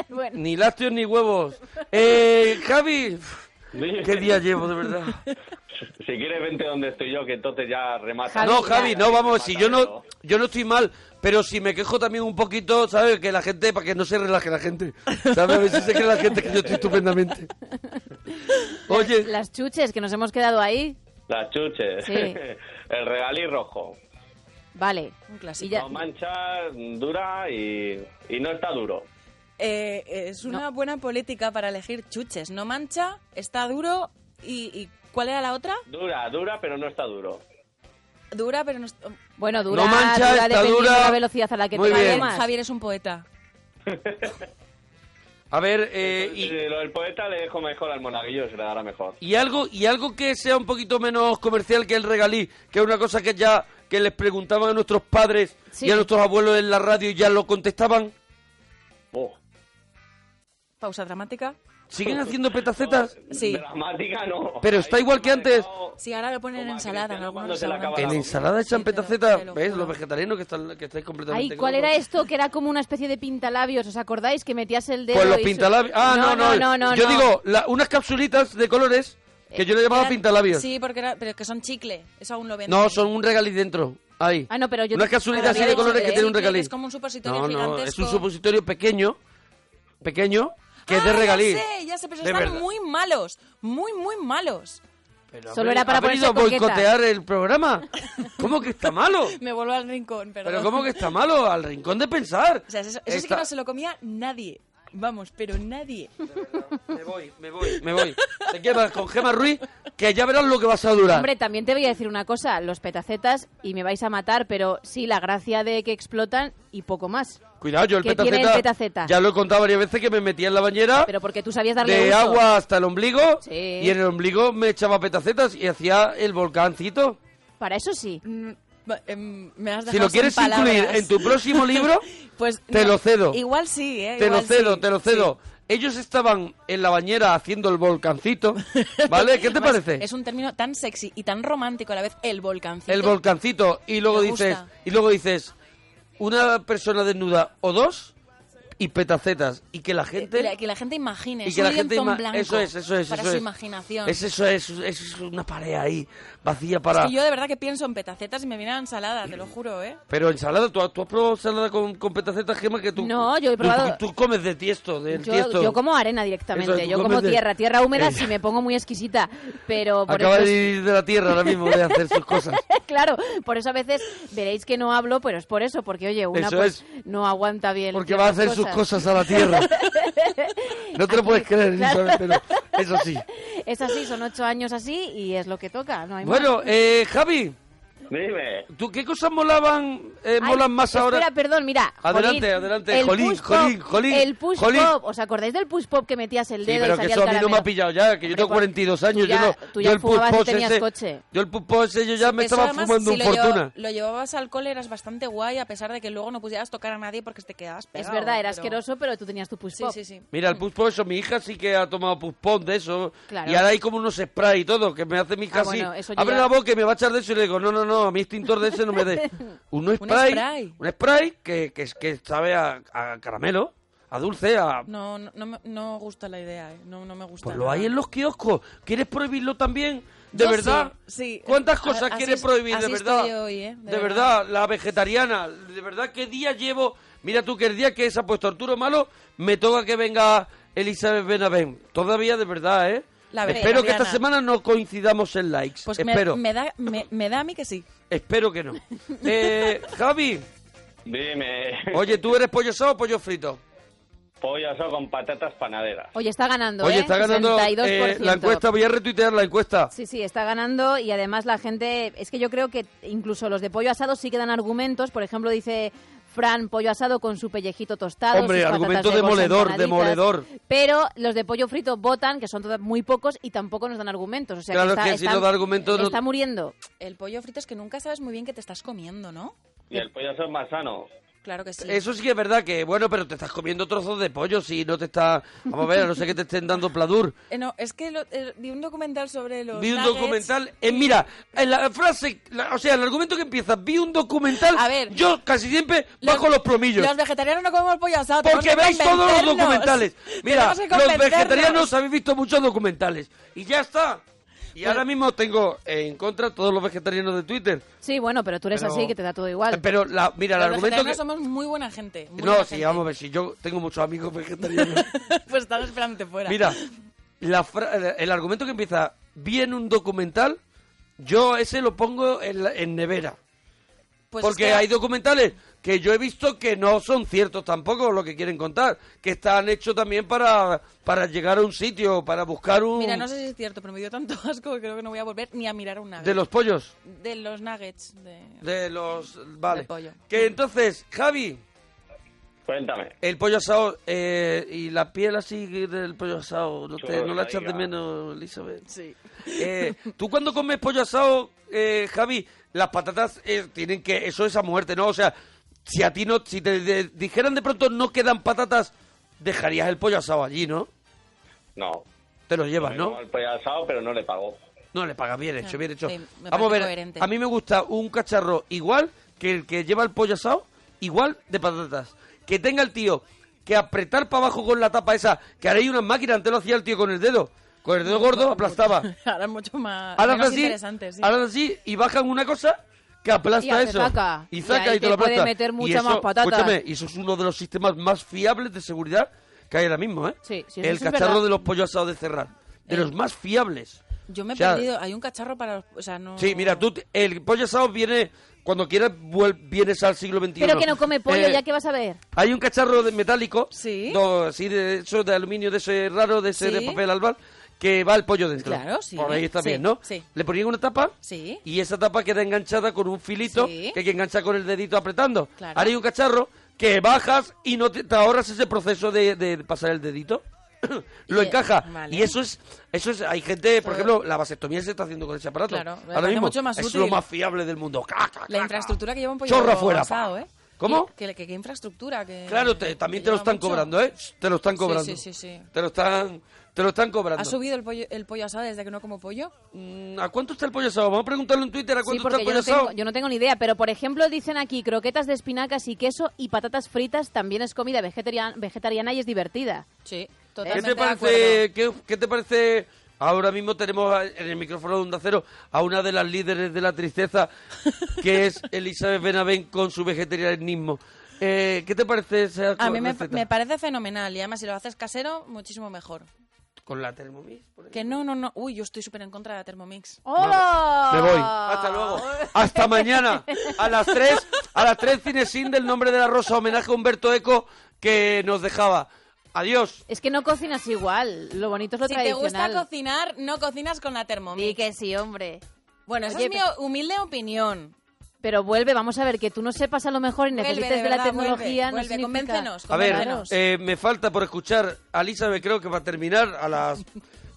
Bueno. Ni lácteos ni huevos. Eh, Javi, Dime. ¿qué día llevo, de verdad? Si quieres, vente donde estoy yo, que entonces ya remata. Javi, no, Javi, claro. no, vamos, si yo no, yo no estoy mal, pero si me quejo también un poquito, ¿sabes? Que la gente, para que no se relaje la gente. ¿Sabes? A ver si se cree la gente que yo estoy (laughs) estupendamente. Oye, las chuches que nos hemos quedado ahí." Las chuches. Sí. (laughs) El regalí rojo. Vale. Un Y clásico. ya- No mancha, dura y, y no está duro. Eh, es una buena política para elegir chuches. No mancha, está duro y... y ¿Cuál era la otra? Dura, dura, pero no está duro. Dura, pero no... es- bueno, dura, no mancha, dura, está dependiendo dura. de la velocidad a la que Muy te la bien. Javier, comas. Javier es un poeta. a ver, eh, Entonces, y, eh, lo del poeta le dejo mejor al monaguillo, se le dará mejor. y algo, y algo que sea un poquito menos comercial que el regalí, que es una cosa que ya que les preguntaban a nuestros padres Sí. y a nuestros abuelos en la radio y ya lo contestaban. Oh. Pausa dramática. ¿Siguen haciendo petacetas? Sí. Dramática no. Pero está Ahí igual me que ha antes. dejado- Sí, ahora lo ponen en Como a ensalada. Cristiano En, algunos cuando se le acaba restaurantes. En Claro. ensalada echan Sí, te lo- petaceta. te lo ¿Ves? juro. Los vegetarianos que, están, que estáis completamente... Ay, ¿cuál locos. era esto? Que era como una especie de pintalabios, ¿os acordáis? Que metías el dedo Pues los y su- pintalabios. Ah, no, no. no, no, yo no. digo, la- unas capsulitas de colores que yo le llamaba Eran- pintalabios. Eh, Sí, porque era, pero que son chicle. Eso aún lo venden. No, son un regalí dentro. Ahí. Ah, no, pero yo- Unas capsulitas pero así había de dicho colores que que tiene un chicle, regalí. que es como un supositorio no, no, gigantesco. es un supositorio pequeño. Pequeño. Que es Ah, de regalí. Ya sé, ya sé, pero De están verdad. muy malos. Muy, muy malos. Pero Solo habéis- era para habéis ponerse ido a coqueta. boicotear el (laughs) programa. ¿Cómo que está malo? Me vuelvo al rincón, perdón. Pero ¿cómo que está malo? Al rincón de pensar. O sea, eso, eso sí que Está- no se lo comía nadie. Vamos, pero nadie. Me voy, me voy, me voy. Te quedas con Gema Ruiz, que ya verás lo que vas a durar. Hombre, también te voy a decir una cosa, los petacetas, y me vais a matar, pero sí, la gracia de que explotan y poco más. Cuidado, yo el ¿Qué tiene petaceta, el petaceta? Ya lo he contado varias veces que me metía en la bañera Pero porque tú sabías darle de uso. agua hasta el ombligo Sí. y en el ombligo me echaba petacetas y hacía el volcancito. Para eso sí. Mm, va- em, me has dejado Si lo sin quieres palabras. incluir en tu (laughs) próximo libro, pues te no, lo cedo. Igual sí, ¿eh? te lo igual cedo, sí, te lo cedo. Ellos estaban en la bañera haciendo el volcancito, (laughs) ¿vale? ¿Qué te Además, parece? Pues Es un término tan sexy y tan romántico a la vez, el volcancito. el volcancito y luego Me dices gusta. y luego dices una persona desnuda o dos y petacetas y que la gente Eh, Que la, que la gente imagine. y es que un la gente lienzo en ima- blanco eso es eso es Para eso su es. imaginación. es eso es eso es una pared ahí vacía para Y yo de verdad que pienso en petacetas y me viene la ensalada, te lo juro, ¿eh? pero ensalada ¿tú, has- tú has probado ensalada con, con petacetas Gema que tú No, yo he tú- probado- tú, comes de tiesto del Yo, tiesto yo como arena directamente, Eso, tú yo como comes de- tierra, tierra húmeda Eh, si me pongo muy exquisita, pero por acaba eso de es- ir de la tierra ahora mismo de hacer sus cosas (laughs) claro, por eso a veces veréis que no hablo, pero es por eso, porque oye, una Eso pues, es. no aguanta bien. porque va a ciertas hacer sus cosas a la tierra no te lo (laughs) puedes creer claro. Isabel, pero eso (laughs) sí Es así, son ocho años así y es lo que toca, no hay más. bueno eh, Javi Dime. ¿Tú qué cosas molaban, eh, Ay, molan más ahora? Espera, perdón, mira. Adelante, Jolín, adelante, el Jolín, push pop, Jolín, Jolín, El push Jolín. pop. ¿Os acordáis del push pop que metías el Sí, dedo pero y que salía eso el a mí no me ha caramelo? pillado ya, que yo Hombre, tengo por- 42 años, tú ya- yo no... tú yo ya el fumabas y pulpo tenías ese- coche. Yo el pulpo ese, yo ya me Eso, estaba además, fumando si un lo lleva- fortuna. lo llevabas alcohol eras bastante guay, a pesar de que luego no pudieras tocar a nadie porque te quedabas Es pegado. verdad, era pero- asqueroso, pero tú tenías tu push Sí, pop. sí, sí. Mira, el pulpo eso, mi hija sí que ha tomado puspón de eso. Claro. Y ahora hay como unos spray y todo, que me hace mi hija Ah, así, bueno, eso yo Abre ya- la boca y me va a echar de eso y le digo, no, no, no, a mi extintor de ese (laughs) no me dé. Un spray, spray. un spray que, que, que sabe a, a caramelo. a dulce, a... No, no, no, me- no gusta la idea, ¿eh? no, no me gusta. Pues lo nada. hay en los kioscos. ¿Quieres prohibirlo también? ¿De Yo verdad? sí, sí. ¿Cuántas A- cosas así quieres es- prohibir? así de verdad. estoy hoy, ¿eh? De, De verdad. la vegetariana. De verdad, ¿qué día llevo? Mira tú que el día que se ha puesto Arturo Malo, me toca que venga Elizabeth Benavent. Todavía de verdad, ¿eh? La Espero que esta vegetariana. semana no coincidamos en likes. Pues me, espero. me da, me, me da a mí que sí. Espero (laughs) que no. Eh, Javi, (laughs) Dime, oye, ¿tú eres pollo asado o pollo frito? pollo asado con patatas panaderas. Oye, está ganando, Oye, ¿eh? está ganando eh, 62%. la encuesta. Voy a retuitear la encuesta. Sí, sí, está ganando y además la gente, es que yo creo que incluso los de pollo asado sí que dan argumentos, por ejemplo dice Fran, pollo asado con su pellejito tostado. Hombre, sus patatas argumento de bolsa demoledor, empanaditas. demoledor. Pero los de pollo frito votan, que son toda- muy pocos y tampoco nos dan argumentos. O sea, Claro que, está, que si está- no da argumentos, no- Está muriendo. El pollo frito es que nunca sabes muy bien qué te estás comiendo, ¿no? Y el pollo asado es más sano. Claro que sí. Eso sí que es verdad que, bueno, pero te estás comiendo trozos de pollo si no te está... Vamos a ver, a no ser que te estén dando pladur. Eh, no, es que lo- eh, vi un documental sobre los Vi un nuggets. documental... eh, mira, en la frase, la- o sea, el argumento que empieza, vi un documental... A ver. yo casi siempre bajo los promillos. Los vegetarianos no comemos pollo asado. tenemos Porque que veis todos los convencernos. (laughs) documentales. Mira, Tenemos que los convencernos. vegetarianos habéis visto muchos documentales. Y ya está. Y ahora mismo tengo en contra todos los vegetarianos de Twitter. Sí, bueno, pero tú eres Pero- así que te da todo Eh, igual. Pero la, mira, el Los argumento vegetarianos que... somos muy buena gente. muy No, buena sí, gente. vamos a ver, si yo tengo muchos amigos (laughs) vegetarianos. pues están esperándote fuera. Mira, la fra- el argumento que empieza, vi en un documental, yo ese lo pongo en, la- en nevera. Pues porque es que- hay documentales que yo he visto que no son ciertos tampoco lo que quieren contar, que están hechos también para, para llegar a un sitio, para buscar un... Mira, no sé si es cierto, pero me dio tanto (laughs) asco que creo que no voy a volver ni a mirar un nugget. De los pollos, De los nuggets. de- (laughs) de los... Vale. Del pollo. Que entonces, Javi, Cuéntame. el pollo asado eh, y la piel así del pollo asado, ¿no, te- Chorro no de la echas de barriga. menos, Elizabeth? Sí. Eh, Tú cuando comes pollo asado, eh, Javi, las patatas eh, tienen que... Eso es a muerte, ¿no? O sea, si a ti no... Si te de- dijeran de pronto no quedan patatas, dejarías el pollo asado allí, ¿no? No. Te lo llevas, Me ¿no? como el pollo asado, pero no le pagó. No, le pagas bien hecho, Claro, bien hecho. sí, me Vamos a ver, parece coherente. a mí me gusta un cacharro igual que el que lleva el pollo asado, igual de patatas. Que tenga el tío que apretar para abajo con la tapa esa, que ahora hay una máquina, antes lo hacía el tío con el dedo. Con el dedo gordo (laughs) aplastaba. Ahora es mucho más Ahora menos hace interesante, sí. así, ahora hace así, y bajan una cosa que aplasta Y hace eso. zaca. Y Y saca y, ahí te te lo puede aplasta. meter Y mucha eso, más patata. Escúchame, y eso es uno de los sistemas más fiables de seguridad que hay ahora mismo, ¿eh? Sí, sí, eso el sí es cacharro verdad. Eh, de los pollos asados de cerrar. De los más fiables. Yo me he O sea, perdido. Hay un cacharro para los. O sea, no. Sí, mira, tú, te- el pollo asado viene, cuando quieras, vuel- vienes al siglo XXI. Pero que no come pollo, Eh, ya que vas a ver. Hay un cacharro de metálico, Sí. no, sí, de eso de aluminio, de ese raro, de ese de Sí. papel albal, que va el pollo dentro. Claro, sí. Por ahí está Sí, bien, ¿no? sí. Le ponían una tapa Sí. y esa tapa queda enganchada con un filito Sí. que hay que enganchar con el dedito apretando. Claro. Ahora hay un cacharro que bajas y no te, te ahorras ese proceso de, de pasar el (coughs) dedito. Lo Y- eh, encaja. vale. Y eso es, eso es, hay gente, por ejemplo, la vasectomía se está haciendo con ese aparato. Claro, me Ahora parece mismo mucho más es útil. lo más fiable del mundo. Ca, ca, La ca, infraestructura que lleva un pollo Chorro afuera, asado, pa. ¿eh? ¿Cómo? Que, que- que infraestructura. Que, Claro, te- también que te lo lleva están mucho. cobrando, ¿eh? Te lo están Sí, cobrando. sí, sí, sí. Te lo están, te lo están cobrando. ¿Ha subido el pollo, el pollo asado desde que no como pollo? Mm, ¿A cuánto está el pollo asado? Vamos a preguntarlo en Twitter a Sí, cuánto está porque el yo pollo no, asado. tengo, yo no tengo ni idea, pero por ejemplo dicen aquí croquetas de espinacas y queso y patatas fritas también es comida vegetarian- vegetariana y es divertida. Sí, ¿Qué totalmente te parece? Qué, qué te parece? Ahora mismo tenemos a- en el micrófono de Onda Cero a una de las líderes de la tristeza, que (laughs) es Elizabeth Benavent con su vegetarianismo. Eh, ¿Qué te parece esa A mí me, receta? me parece fenomenal y además si lo haces casero, muchísimo mejor. Con la Thermomix. por ejemplo. Que no, no, no. Uy, yo estoy súper en contra de la Thermomix. Ah. ¡Hola! Me voy. Hasta luego. Hasta mañana. A las 3, a las 3 Cinesin del nombre de la rosa, homenaje a Humberto Eco que nos dejaba. Adiós. (laughs) Es que no cocinas igual, lo bonito es lo Si te tradicional. gusta cocinar, no cocinas con la Thermomix. Sí que sí, hombre. Bueno, esa Oye, es mi o- humilde opinión. Pero vuelve, vamos a ver, que tú no sepas a lo mejor y Vuelve, necesites de, de la verdad, vuelve, tecnología. no vuelve, significa- convéncenos. A ver, Convéncenos. eh, me falta por escuchar a Elizabeth, creo que va a terminar a (laughs) las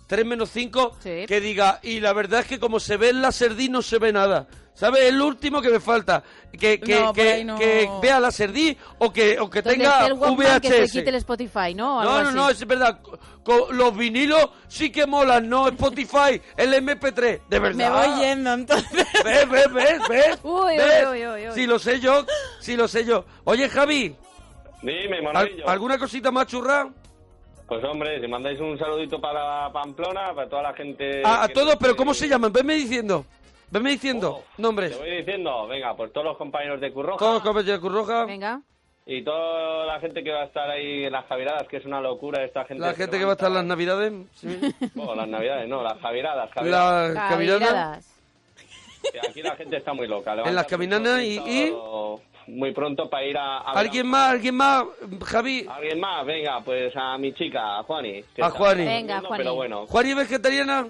3 menos 5, Sí. que diga, y la verdad es que como se ve el laserdí no se ve nada. ¿Sabes? Es lo último que me falta. Que, que, No, por que, ahí no. que vea laserdí o que, o que Donde tenga esté el Walkman, que se VHS. quite el Spotify, ¿no? O No, algo no, así. no, es verdad. Co- co- los vinilos sí que molan, ¿no? (laughs) Spotify, el MP3, de verdad. Me voy yendo entonces. ¿Ves, ves, ves? ves? (laughs) Uy, uy, ¿Ves? uy, uy, uy. Si lo sé yo, si lo sé yo. Oye, Javi, Dime, ¿Al- Monolillo. ¿Alguna cosita más churra? Pues hombre, si mandáis un saludito para Pamplona, para toda la gente... Ah, A, a Eh, que- todos, pero ¿cómo se llaman? Venme diciendo. Venme diciendo Oh, Te nombres. voy diciendo, venga, pues todos los compañeros de Curroja Todos comen de Curroja. Venga. y toda la gente que va a estar ahí en las Javiradas, que es una locura esta gente. La se gente que va a estar en las levanta- navidades. (laughs) sí. Bueno, las Navidades, no, las Javiradas. Javiradas. Las caminadas. Cabiradas. Que Aquí la gente está muy loca. En las caminadas y- y... Muy pronto para ir a... a ver a- ¿Alguien más? ¿Alguien más? Javi. ¿Alguien más? Venga, pues a mi chica, a Juani. que A está Juani. Venga, durmiendo, Juani. Pero bueno, ¿Juan y vegetariana?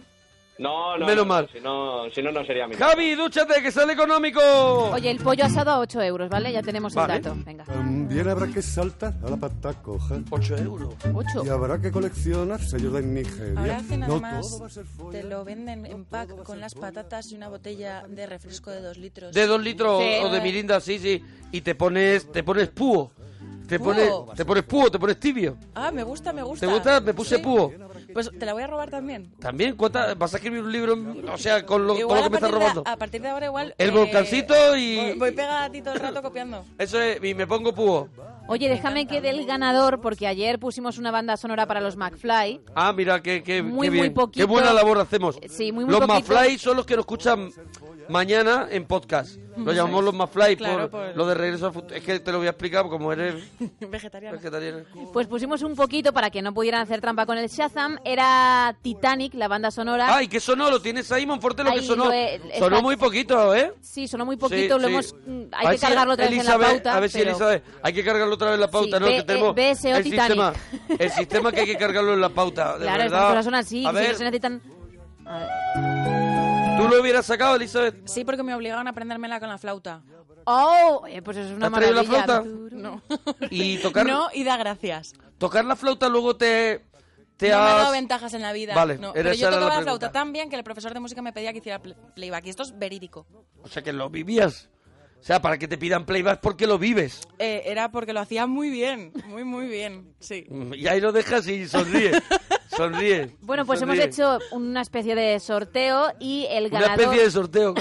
no, no, Menos no, mal. Si no, si no, no sería mi Javi, dúchate, que sale económico. Oye, el pollo asado a 8 euros, ¿vale? Ya tenemos el Vale. dato. Venga. También habrá que saltar a la pata coja. 8 euros. 8. Y habrá que coleccionar sellos de Nigeria. Ahora hacen No además, todo va a ser te folla, lo venden en pack con las folla. patatas y una botella de refresco de dos litros. De 2 litros Sí. o de mirinda, sí, sí. Y te pones, te pones púo. Te Púo. pones, te pones púo, te pones tibio. Ah, me gusta, me gusta. ¿Te gusta? Me puse Sí. púo. Pues te la voy a robar también. También, ¿cuánta? ¿Vas a escribir un libro? O sea, con lo, con Igual lo que me estás partir de- robando. a partir de ahora igual... eh, El volcancito y- Voy, voy pegada a ti todo el rato copiando. Eso es, y me pongo púo. Oye, déjame que dé el ganador, porque ayer pusimos una banda sonora para los McFly. Ah, mira, qué, qué, Muy, qué bien. muy poquito. Eh, Qué buena labor hacemos. Sí, muy, muy Los poquito. McFly son los que nos escuchan mañana en podcast. Lo llamamos los McFly Claro, por, por- lo de regreso al futuro. Es que te lo voy a explicar como (laughs) eres (laughs) Vegetariana. vegetariano. Pues pusimos un poquito para que no pudieran hacer trampa con el Shazam. Era Titanic, la banda sonora. Ay, que sonó, lo tienes ahí, Monforte, lo Ahí que sonó. Ah. lo he- sonó está- muy poquito, ¿eh? Sí, sonó muy poquito, Sí, lo sí. hemos... mm, A Hay ver que si cargarlo otra vez en la Elizabeth- pauta. A ver si pero- Elizabeth, hay que cargarlo otra vez en la pauta, Sí, ¿no? B- que tenemos BSO el Titanic. sistema. (laughs) El sistema que hay que cargarlo en la pauta, de Claro, verdad. estas cosas son así. A que si ver, no se necesitan... tú lo hubieras sacado, Elizabeth. Sí, porque me obligaron a aprendérmela con la flauta. ¡Oh! eh, pues eso es una ¿Te has traído la maravilla. flauta? No. (laughs) Y tocar- No, y da gracias. Tocar la flauta luego te... te No me ha has- dado ventajas en la vida. Vale, no. era Pero esa yo era la tocaba la pregunta. flauta tan bien que el profesor de música me pedía que hiciera pl- playback. Y esto es verídico. O sea, que lo vivías. O sea, para que te pidan playback porque lo vives. Eh, era porque lo hacía muy bien, muy, muy bien. Sí. Mm, Y ahí lo dejas y sonríe. (laughs) sonríe. Bueno, pues hemos sonríe. hecho una especie de sorteo y el Una ganador... especie de (laughs) sorteo.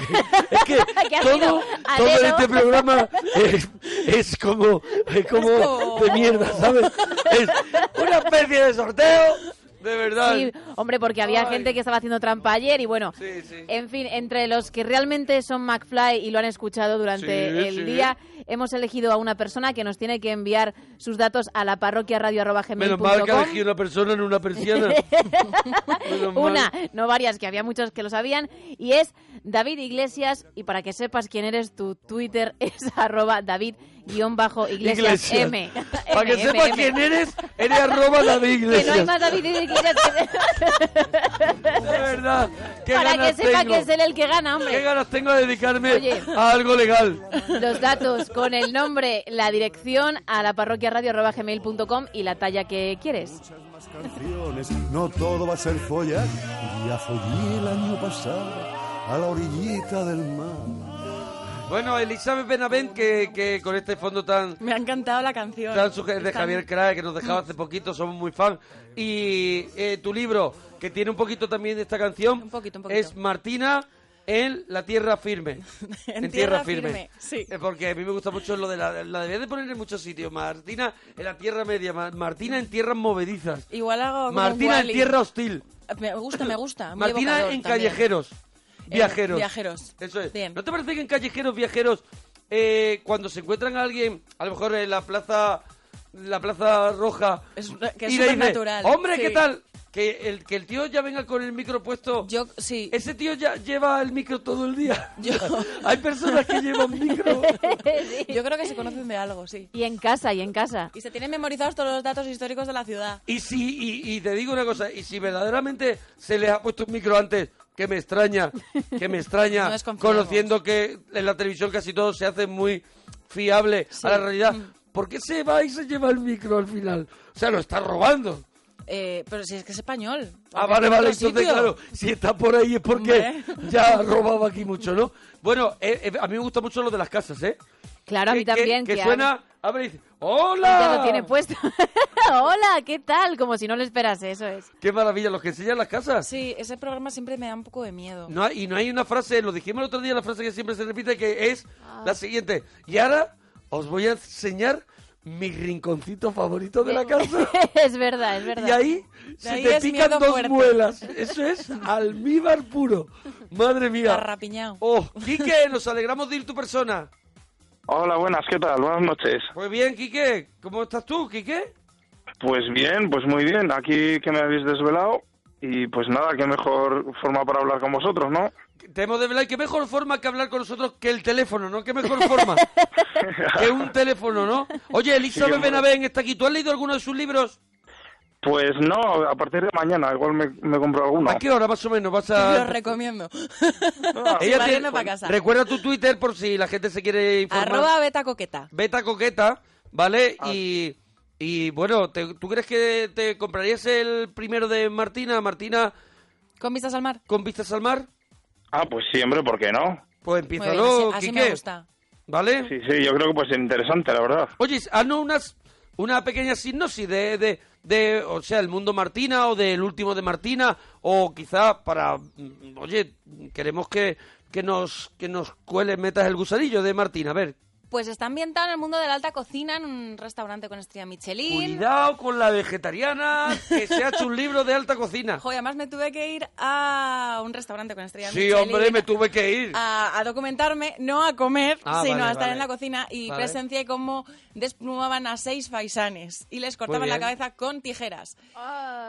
es que Que ha sido todo, al todo en dedo. este (laughs) programa es, es como, es como como- de mierda, ¿sabes? Es una especie de sorteo. De verdad. Sí, hombre, porque había gente que estaba haciendo trampa ayer y bueno, Sí, sí. en fin, entre los que realmente son McFly y lo han escuchado durante Sí, el sí. día, hemos elegido a una persona que nos tiene que enviar sus datos a la parroquia Menos mal que ha elegido una persona en una (laughs) persiana. Menos mal. Una, no varias, que había muchos que lo sabían, y es David Iglesias, y para que sepas quién eres, tu Twitter (laughs) es arroba David-Iglesias Iglesias. M. (laughs) Para que M, M, sepas M. quién eres, eres arroba David Que no hay Iglesias. más David Iglesias De verdad. que (laughs) qué (laughs) para que ganas sepa tengo. que es él el que gana, hombre. ¿Qué ganas tengo de dedicarme Oye. a algo legal? los datos con el nombre, la dirección a la parroquia y la talla que (laughs) quieres. Más canciones, no todo va a ser follar. Ya follé el año pasado a la orillita del mar. Bueno, Elizabeth Benavent, que, que con este fondo tan, Me ha encantado la canción. tan sugerente de Están- Javier Crae, que nos dejaba hace poquito, somos muy fan. Y eh, tu libro, que tiene un poquito también de esta canción, Un poquito, un poquito. es Martina en La Tierra (laughs) Firme. En Tierra Firme, sí. Eh, Porque a mí me gusta mucho lo de la... La debía de poner en muchos sitios. Martina en la Tierra Media, Ma- Martina en Tierras Movedizas. Igual hago como un Martina en Wall-E. Tierra Hostil. Me gusta, me gusta. muy Martina evocador en también. callejeros. Viajeros. viajeros. Eso es. Bien. ¿No te parece que en callejeros, viajeros, eh, cuando se encuentran a alguien, a lo mejor en la plaza, la plaza roja, Es una- que es y le dice, supernatural, Hombre, sí. ¿qué tal? Que el, que el tío ya venga con el micro puesto. Yo, sí. Ese tío ya lleva el micro todo el día. Yo- (laughs) Hay personas que llevan micro. Yo creo que se conocen de algo, sí. Y en casa, y en casa. Y se tienen memorizados todos los datos históricos de la ciudad. Y si, y, y te digo una cosa, y si verdaderamente se les ha puesto un micro antes, que me extraña, que me (laughs) extraña, No desconfiamos. conociendo que en la televisión casi todo se hace muy fiable a la realidad, Mm. ¿por qué se va y se lleva el micro al final? O sea, lo está robando. Eh, pero si es que es español. Ah, Aunque vale, en vale, otro entonces sitio. claro, si está por ahí es porque Hombre. ya ha robado aquí mucho, ¿no? Bueno, eh, eh, a mí me gusta mucho lo de las casas, ¿eh? Claro, a mí Que- que- también. Que, que suena, abre y dice, ¡Hola! ahora Ya lo tiene puesto. (laughs) Hola, ¿qué tal? Como si no lo esperase, eso es. (laughs) Qué maravilla, los que enseñan las casas. Sí, ese programa siempre me da un poco de miedo. No hay- y no hay una frase, lo dijimos el otro Ah. día, la frase que siempre se repite, que es la siguiente. Y ahora os voy a enseñar mi rinconcito favorito (laughs) de la casa. es verdad, es verdad. Y ahí se te pican dos (laughs) muelas. Eso es almíbar puro. Madre mía. Carrapiñao. Oh, Quique, nos alegramos de ir tu persona. Hola, buenas, ¿qué tal? Buenas noches. Pues bien, Quique, ¿cómo estás tú, Quique? Pues bien, pues muy bien. Aquí que me habéis desvelado y pues nada, qué mejor forma para hablar con vosotros, ¿no? Te hemos de verdad, qué mejor forma que hablar con nosotros que el teléfono, ¿no? Qué mejor (laughs) forma que un teléfono, ¿no? Oye, Elizabeth hombre. Benavén está aquí. ¿Tú has leído alguno de sus libros? Pues no, a partir de mañana igual me, me compro alguno. ¿A qué hora más o menos vas a...? (laughs) Ah. Lo recomiendo. (laughs) Ella tiene- para casa. Recuerda tu Twitter por si la gente se quiere informar. Arroba beta coqueta. Beta Coqueta, ¿vale? Y, y bueno, te- ¿tú crees que te comprarías el primero de Martina? Martina, Con vistas al mar. ¿con vistas al mar? Ah, pues sí, hombre, ¿por qué no? Pues Muy bien, empiézalo, así, así Quique. me gusta. ¿Vale? Sí, sí, yo creo que pues interesante, la verdad. Oye, haznos unas, una pequeña sinopsis de, de, de, o sea, el mundo Martina o del último de Martina, o quizá para, mm, oye, queremos que, que nos que nos cueles, metas el gusanillo de Martina, a ver. Pues está ambientado en el mundo de la alta cocina en un restaurante con estrella Michelin. Cuidado con la vegetariana, que se ha hecho un libro de alta cocina. (laughs) Joder, además me tuve que ir a un restaurante con estrella Sí, Michelin. hombre, me tuve que ir. a, a documentarme, no a comer, Ah, sino vale, a estar vale. en la cocina y Vale. presencié cómo desplumaban a seis faisanes y les cortaban la bien. cabeza con tijeras.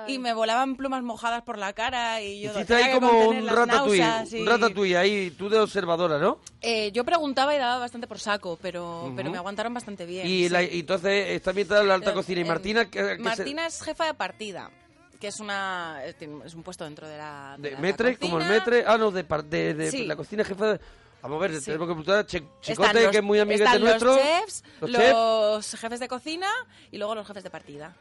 Y me volaban plumas mojadas por la cara y yo Hiciste tenía ahí que como contener un las ratatouille, náuseas un y- ratatouille ahí, tú de observadora, ¿no? Eh, yo preguntaba y daba bastante por saco, pero, pero Ujú. me aguantaron bastante bien. Y, sí. la- y entonces está ambientada en la alta Eh, cocina. ¿Y eh, Martina? ¿qué- qué se- Martina es jefa de partida, que es una eh, tiene- es un puesto dentro de la, de de la metre, como el cocina. metre. Ah, no, de, par- de, de Sí. la cocina jefa. de- Vamos a ver, Sí. tenemos que preguntar a Che- Están Chicote, los- que es muy amiguete están nuestro. Los chefs, los los, chefs, jefes de cocina y luego los jefes de partida.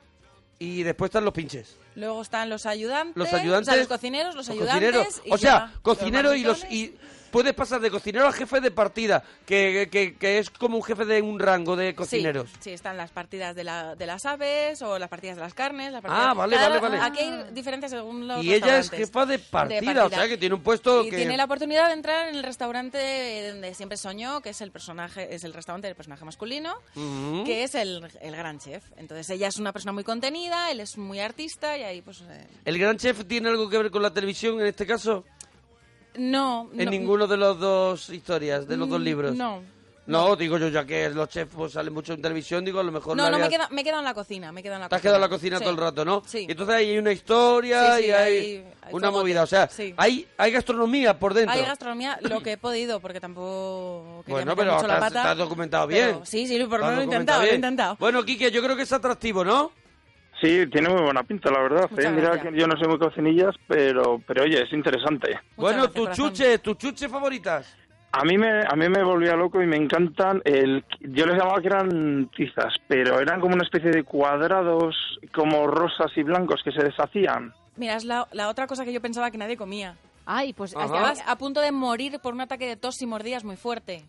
Y después están los pinches. Luego están los ayudantes, Los o ayudantes. sea, los cocineros, los, ayudantes. cocineros. y O sea, ya, cocinero y los. marmitones. Y puedes pasar de cocinero a jefe de partida, que, que, que es como un jefe de un rango de cocineros. Sí, sí, están las partidas de, la, de las aves o las partidas de las carnes. las Ah, partidas- vale, Cada- vale, vale. Aquí hay diferencias según los Y ella es restaurantes. jefa de partida, o sea que tiene un puesto Y que... tiene la oportunidad de entrar en el restaurante donde siempre soñó, que es el personaje, es el restaurante del personaje masculino, Ujú. que es el, el gran chef. Entonces ella es una persona muy contenida, él es muy artista y ahí pues... eh, ¿El gran chef tiene algo que ver con la televisión en este caso? no, En no- ninguno de los dos historias, de los dos Mm, libros. No. No, digo yo, ya que los chefs pues, salen mucho en televisión, digo, a lo mejor... No, la no, me veas- he quedado, me he quedado en la cocina, me he quedado en la Te has cocina. quedado en la cocina Sí. todo el rato, ¿no? Sí. Y entonces ahí hay una historia Sí, sí, y hay, hay- hay una como movida. que- O sea, sí. hay, hay gastronomía por dentro. Hay gastronomía lo que he podido, porque tampoco quería Bueno, meter pero mucho la te has- pata. te has documentado Pero bien. Sí, sí, por lo Está menos lo documentado he intentado, lo he bien. intentado. Bueno, Quique, yo creo que es atractivo, ¿no? Sí, tiene muy buena pinta, la verdad. Muchas eh. Mira gracias. que yo no soy muy cocinillas, pero, pero oye, es interesante. bueno, gracias, tus corazón. chuches, tus chuches favoritas. A mí me a mí me volvía loco y me encantan el yo les llamaba que eran tizas, pero eran como una especie de cuadrados como rosas y blancos que se deshacían. Mira, es la, la otra cosa que yo pensaba que nadie comía. Ay, pues Ajá. Estabas a punto de morir por un ataque de tos y mordías muy fuerte.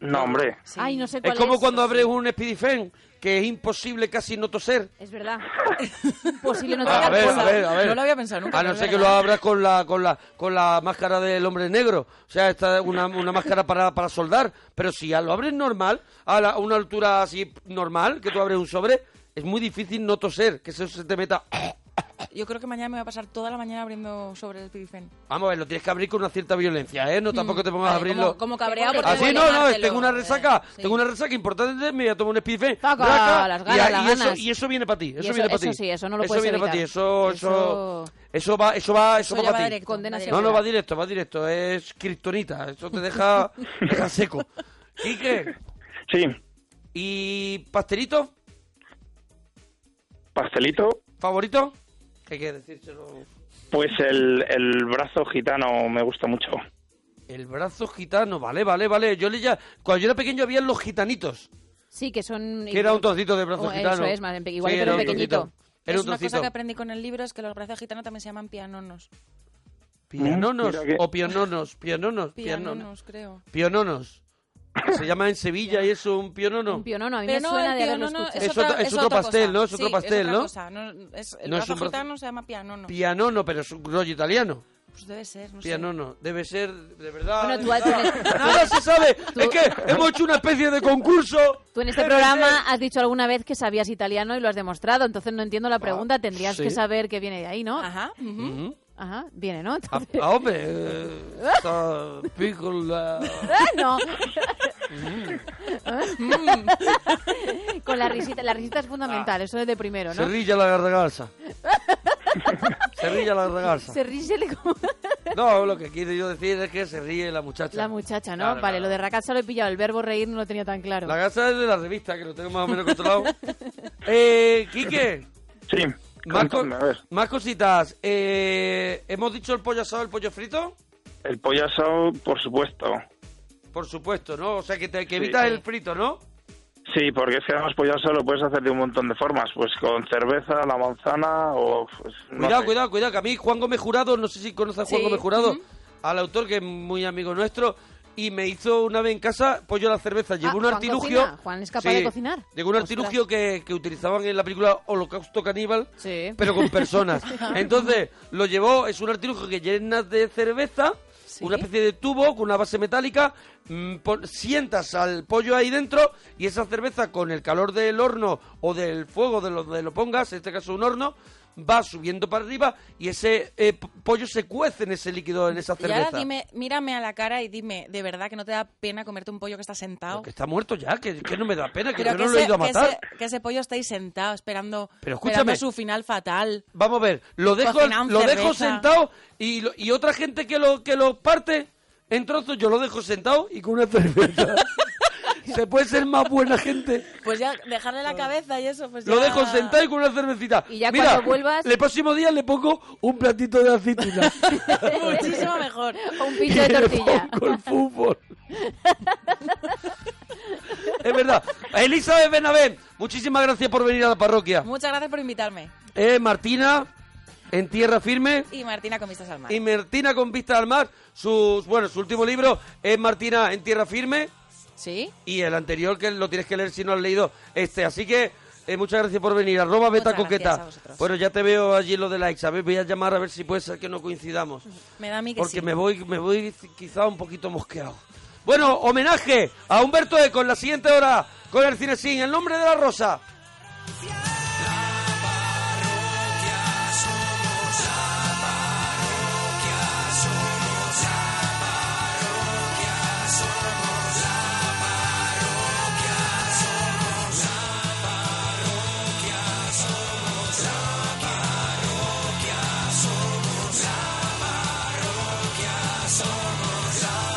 No, hombre. Sí. Ay, no sé cuál Es es. como cuando abres un Spidifen, que es imposible casi no toser. (laughs) Es verdad. Pues Imposible no Ah, tener a ver, cosa. a ver, a ver. No lo había pensado nunca, A no pero ser es que lo verdad. abras con la, con la, con la máscara del hombre negro. O sea, esta es una, una máscara para, para soldar. Pero si ya lo abres normal, a, la- a una altura así normal, que tú abres un sobre, es muy difícil no toser, que eso se te meta. Yo creo que mañana me voy a pasar toda la mañana abriendo sobre el Spidifen. Vamos a ver, lo tienes que abrir con una cierta violencia, ¿eh? No tampoco te pongas a Vale, abrirlo. Como, como cabreado porque Así voy a no, no, llamártelo. tengo una resaca, Eh, sí. tengo una resaca importante, me voy a tomar un espife, Taca, braca, las y ganas, ahí- las y, eso, ganas. y eso viene para ti, eso, eso- viene para ti. eso sí, eso no lo puedes viene para ti, evitar. eso, eso, Eso- eso va, eso va, eso, Eso va ya va para ti. directo. Condena No, Nadie no Espera. va directo, va directo, es kriptonita, eso te deja, te deja seco. Quique, Sí, ¿y pastelito pastelito, favorito? Que hay que decírselo. pues el, el brazo gitano me gusta mucho. El brazo gitano, vale, vale, vale. Yo le ya, cuando yo era pequeño había los gitanitos, Sí, que son. que era un trocito de brazo Oh, eso gitano. es, más en pe- igual, pero era un pequeñito. trocito. Era es un una trocito. cosa que aprendí con el libro, es que los brazos gitanos también se llaman pianonos. Pianonos Mira que- o piononos, piononos, piononos, Pianonos, creo. piononos. Se llama en Sevilla y eso un pionono. Un pionono, a mí Pero me no, suena el de haberlo pianono escuchado. Es otra- otra- es otra otro cosa. pastel, ¿no? Es otro Sí, pastel, otra ¿no? cosa, no, es- el No es brazo un brazo- gitano se llama pianono. Pianono, pero es un rollo italiano. Pues debe ser, no Tía, sé. no, no, debe ser de verdad. Bueno, de tú has- verdad. (laughs) tienes- Nada se (laughs) sabe. Es que hemos hecho una especie de concurso. Tú en este Debe programa has dicho alguna vez que sabías italiano y lo has demostrado, entonces no entiendo la pregunta, tendrías Ah, sí. que saber que viene de ahí, ¿no? Ajá. Ujú. Ajá, viene, ¿no? A, Entonces- a hombre, eh, esta pícola. (laughs) ¡Ah, no! Mm. Con la risita, la risita es fundamental, eso es de primero, ¿no? Ah. Se rilla la garragalsa. Se rilla la garragalsa. (laughs) Se ríe le- como No, lo que quiero yo decir es que se ríe la muchacha. la muchacha, ¿no? Claro, vale, claro. lo de racacha lo he pillado, el verbo reír no lo tenía tan claro. (laughs) La gasa es de la revista, que lo tengo más o menos controlado. eh, Quique. Sí. Más, co- contadme, a ver. más cositas. Eh, ¿Hemos dicho el pollo asado, el pollo frito? El pollo asado, por supuesto. Por supuesto, ¿no? O sea, que, te, que evitas el frito, ¿no? Sí, porque es que además pollo asado lo puedes hacer de un montón de formas, pues con cerveza, la manzana o... pues, no Cuidado, sé. cuidado, cuidado, que a mí Juan Gómez Jurado, no sé si conoces a Juan Sí, Gómez Jurado, al autor que es muy amigo nuestro, y me hizo una vez en casa pollo a la cerveza. Llegó Ah, un Juan artilugio. cocina, Juan es capaz de cocinar. Llegó un Ostras. artilugio que, que utilizaban en la película Holocausto Caníbal, pero con (laughs) personas. Entonces, lo llevó, es un artilugio que llenas de cerveza, una especie de tubo con una base metálica, mm, pon- sientas al pollo ahí dentro y esa cerveza con el calor del horno o del fuego de donde lo pongas, en este caso un horno, va subiendo para arriba y ese eh, po- pollo se cuece en ese líquido, en esa Y ahora cerveza. dime, mírame a la cara y dime, ¿de verdad que no te da pena comerte un pollo que está sentado? Que está muerto ya, que, que no me da pena, que Pero yo no lo he ese- ido a que matar. ese- que ese pollo está ahí sentado esperando, Pero esperando escúchame. su final fatal. Vamos a ver, lo dejo, Cocinado en lo cerveza. dejo sentado y, lo- y otra gente que lo, que lo parte en trozos, yo lo dejo sentado y con una (laughs) cerveza. Se puede ser más buena gente. Pues ya, dejarle la cabeza y eso, pues Lo ya- dejo sentado y con una cervecita. Y ya Mira, cuando vuelvas- El próximo día le pongo un platito de (laughs) aceituna. (laughs) Muchísimo mejor. Un pincho (laughs) de tortilla. con el fútbol. es verdad. Elizabeth Benavent, muchísimas gracias por venir a la parroquia. Muchas gracias por invitarme. Eh, Martina, en tierra firme. Y Martina con vistas al mar. Y Martina con vista al mar, sus, bueno, su último libro es Martina en tierra firme. Sí. Y el anterior que lo tienes que leer si no has leído este. Así que eh, muchas gracias por venir. Arroba Beta gracias a Coqueta. vosotros. Bueno, ya te veo allí en lo de likes. A ver, voy a llamar a ver si puede ser que no (laughs) coincidamos. Me da a mí que Porque sí. me voy, me voy quizá un poquito mosqueado. Bueno, homenaje a Humberto Eco en la siguiente hora con el cine sin el nombre de la rosa.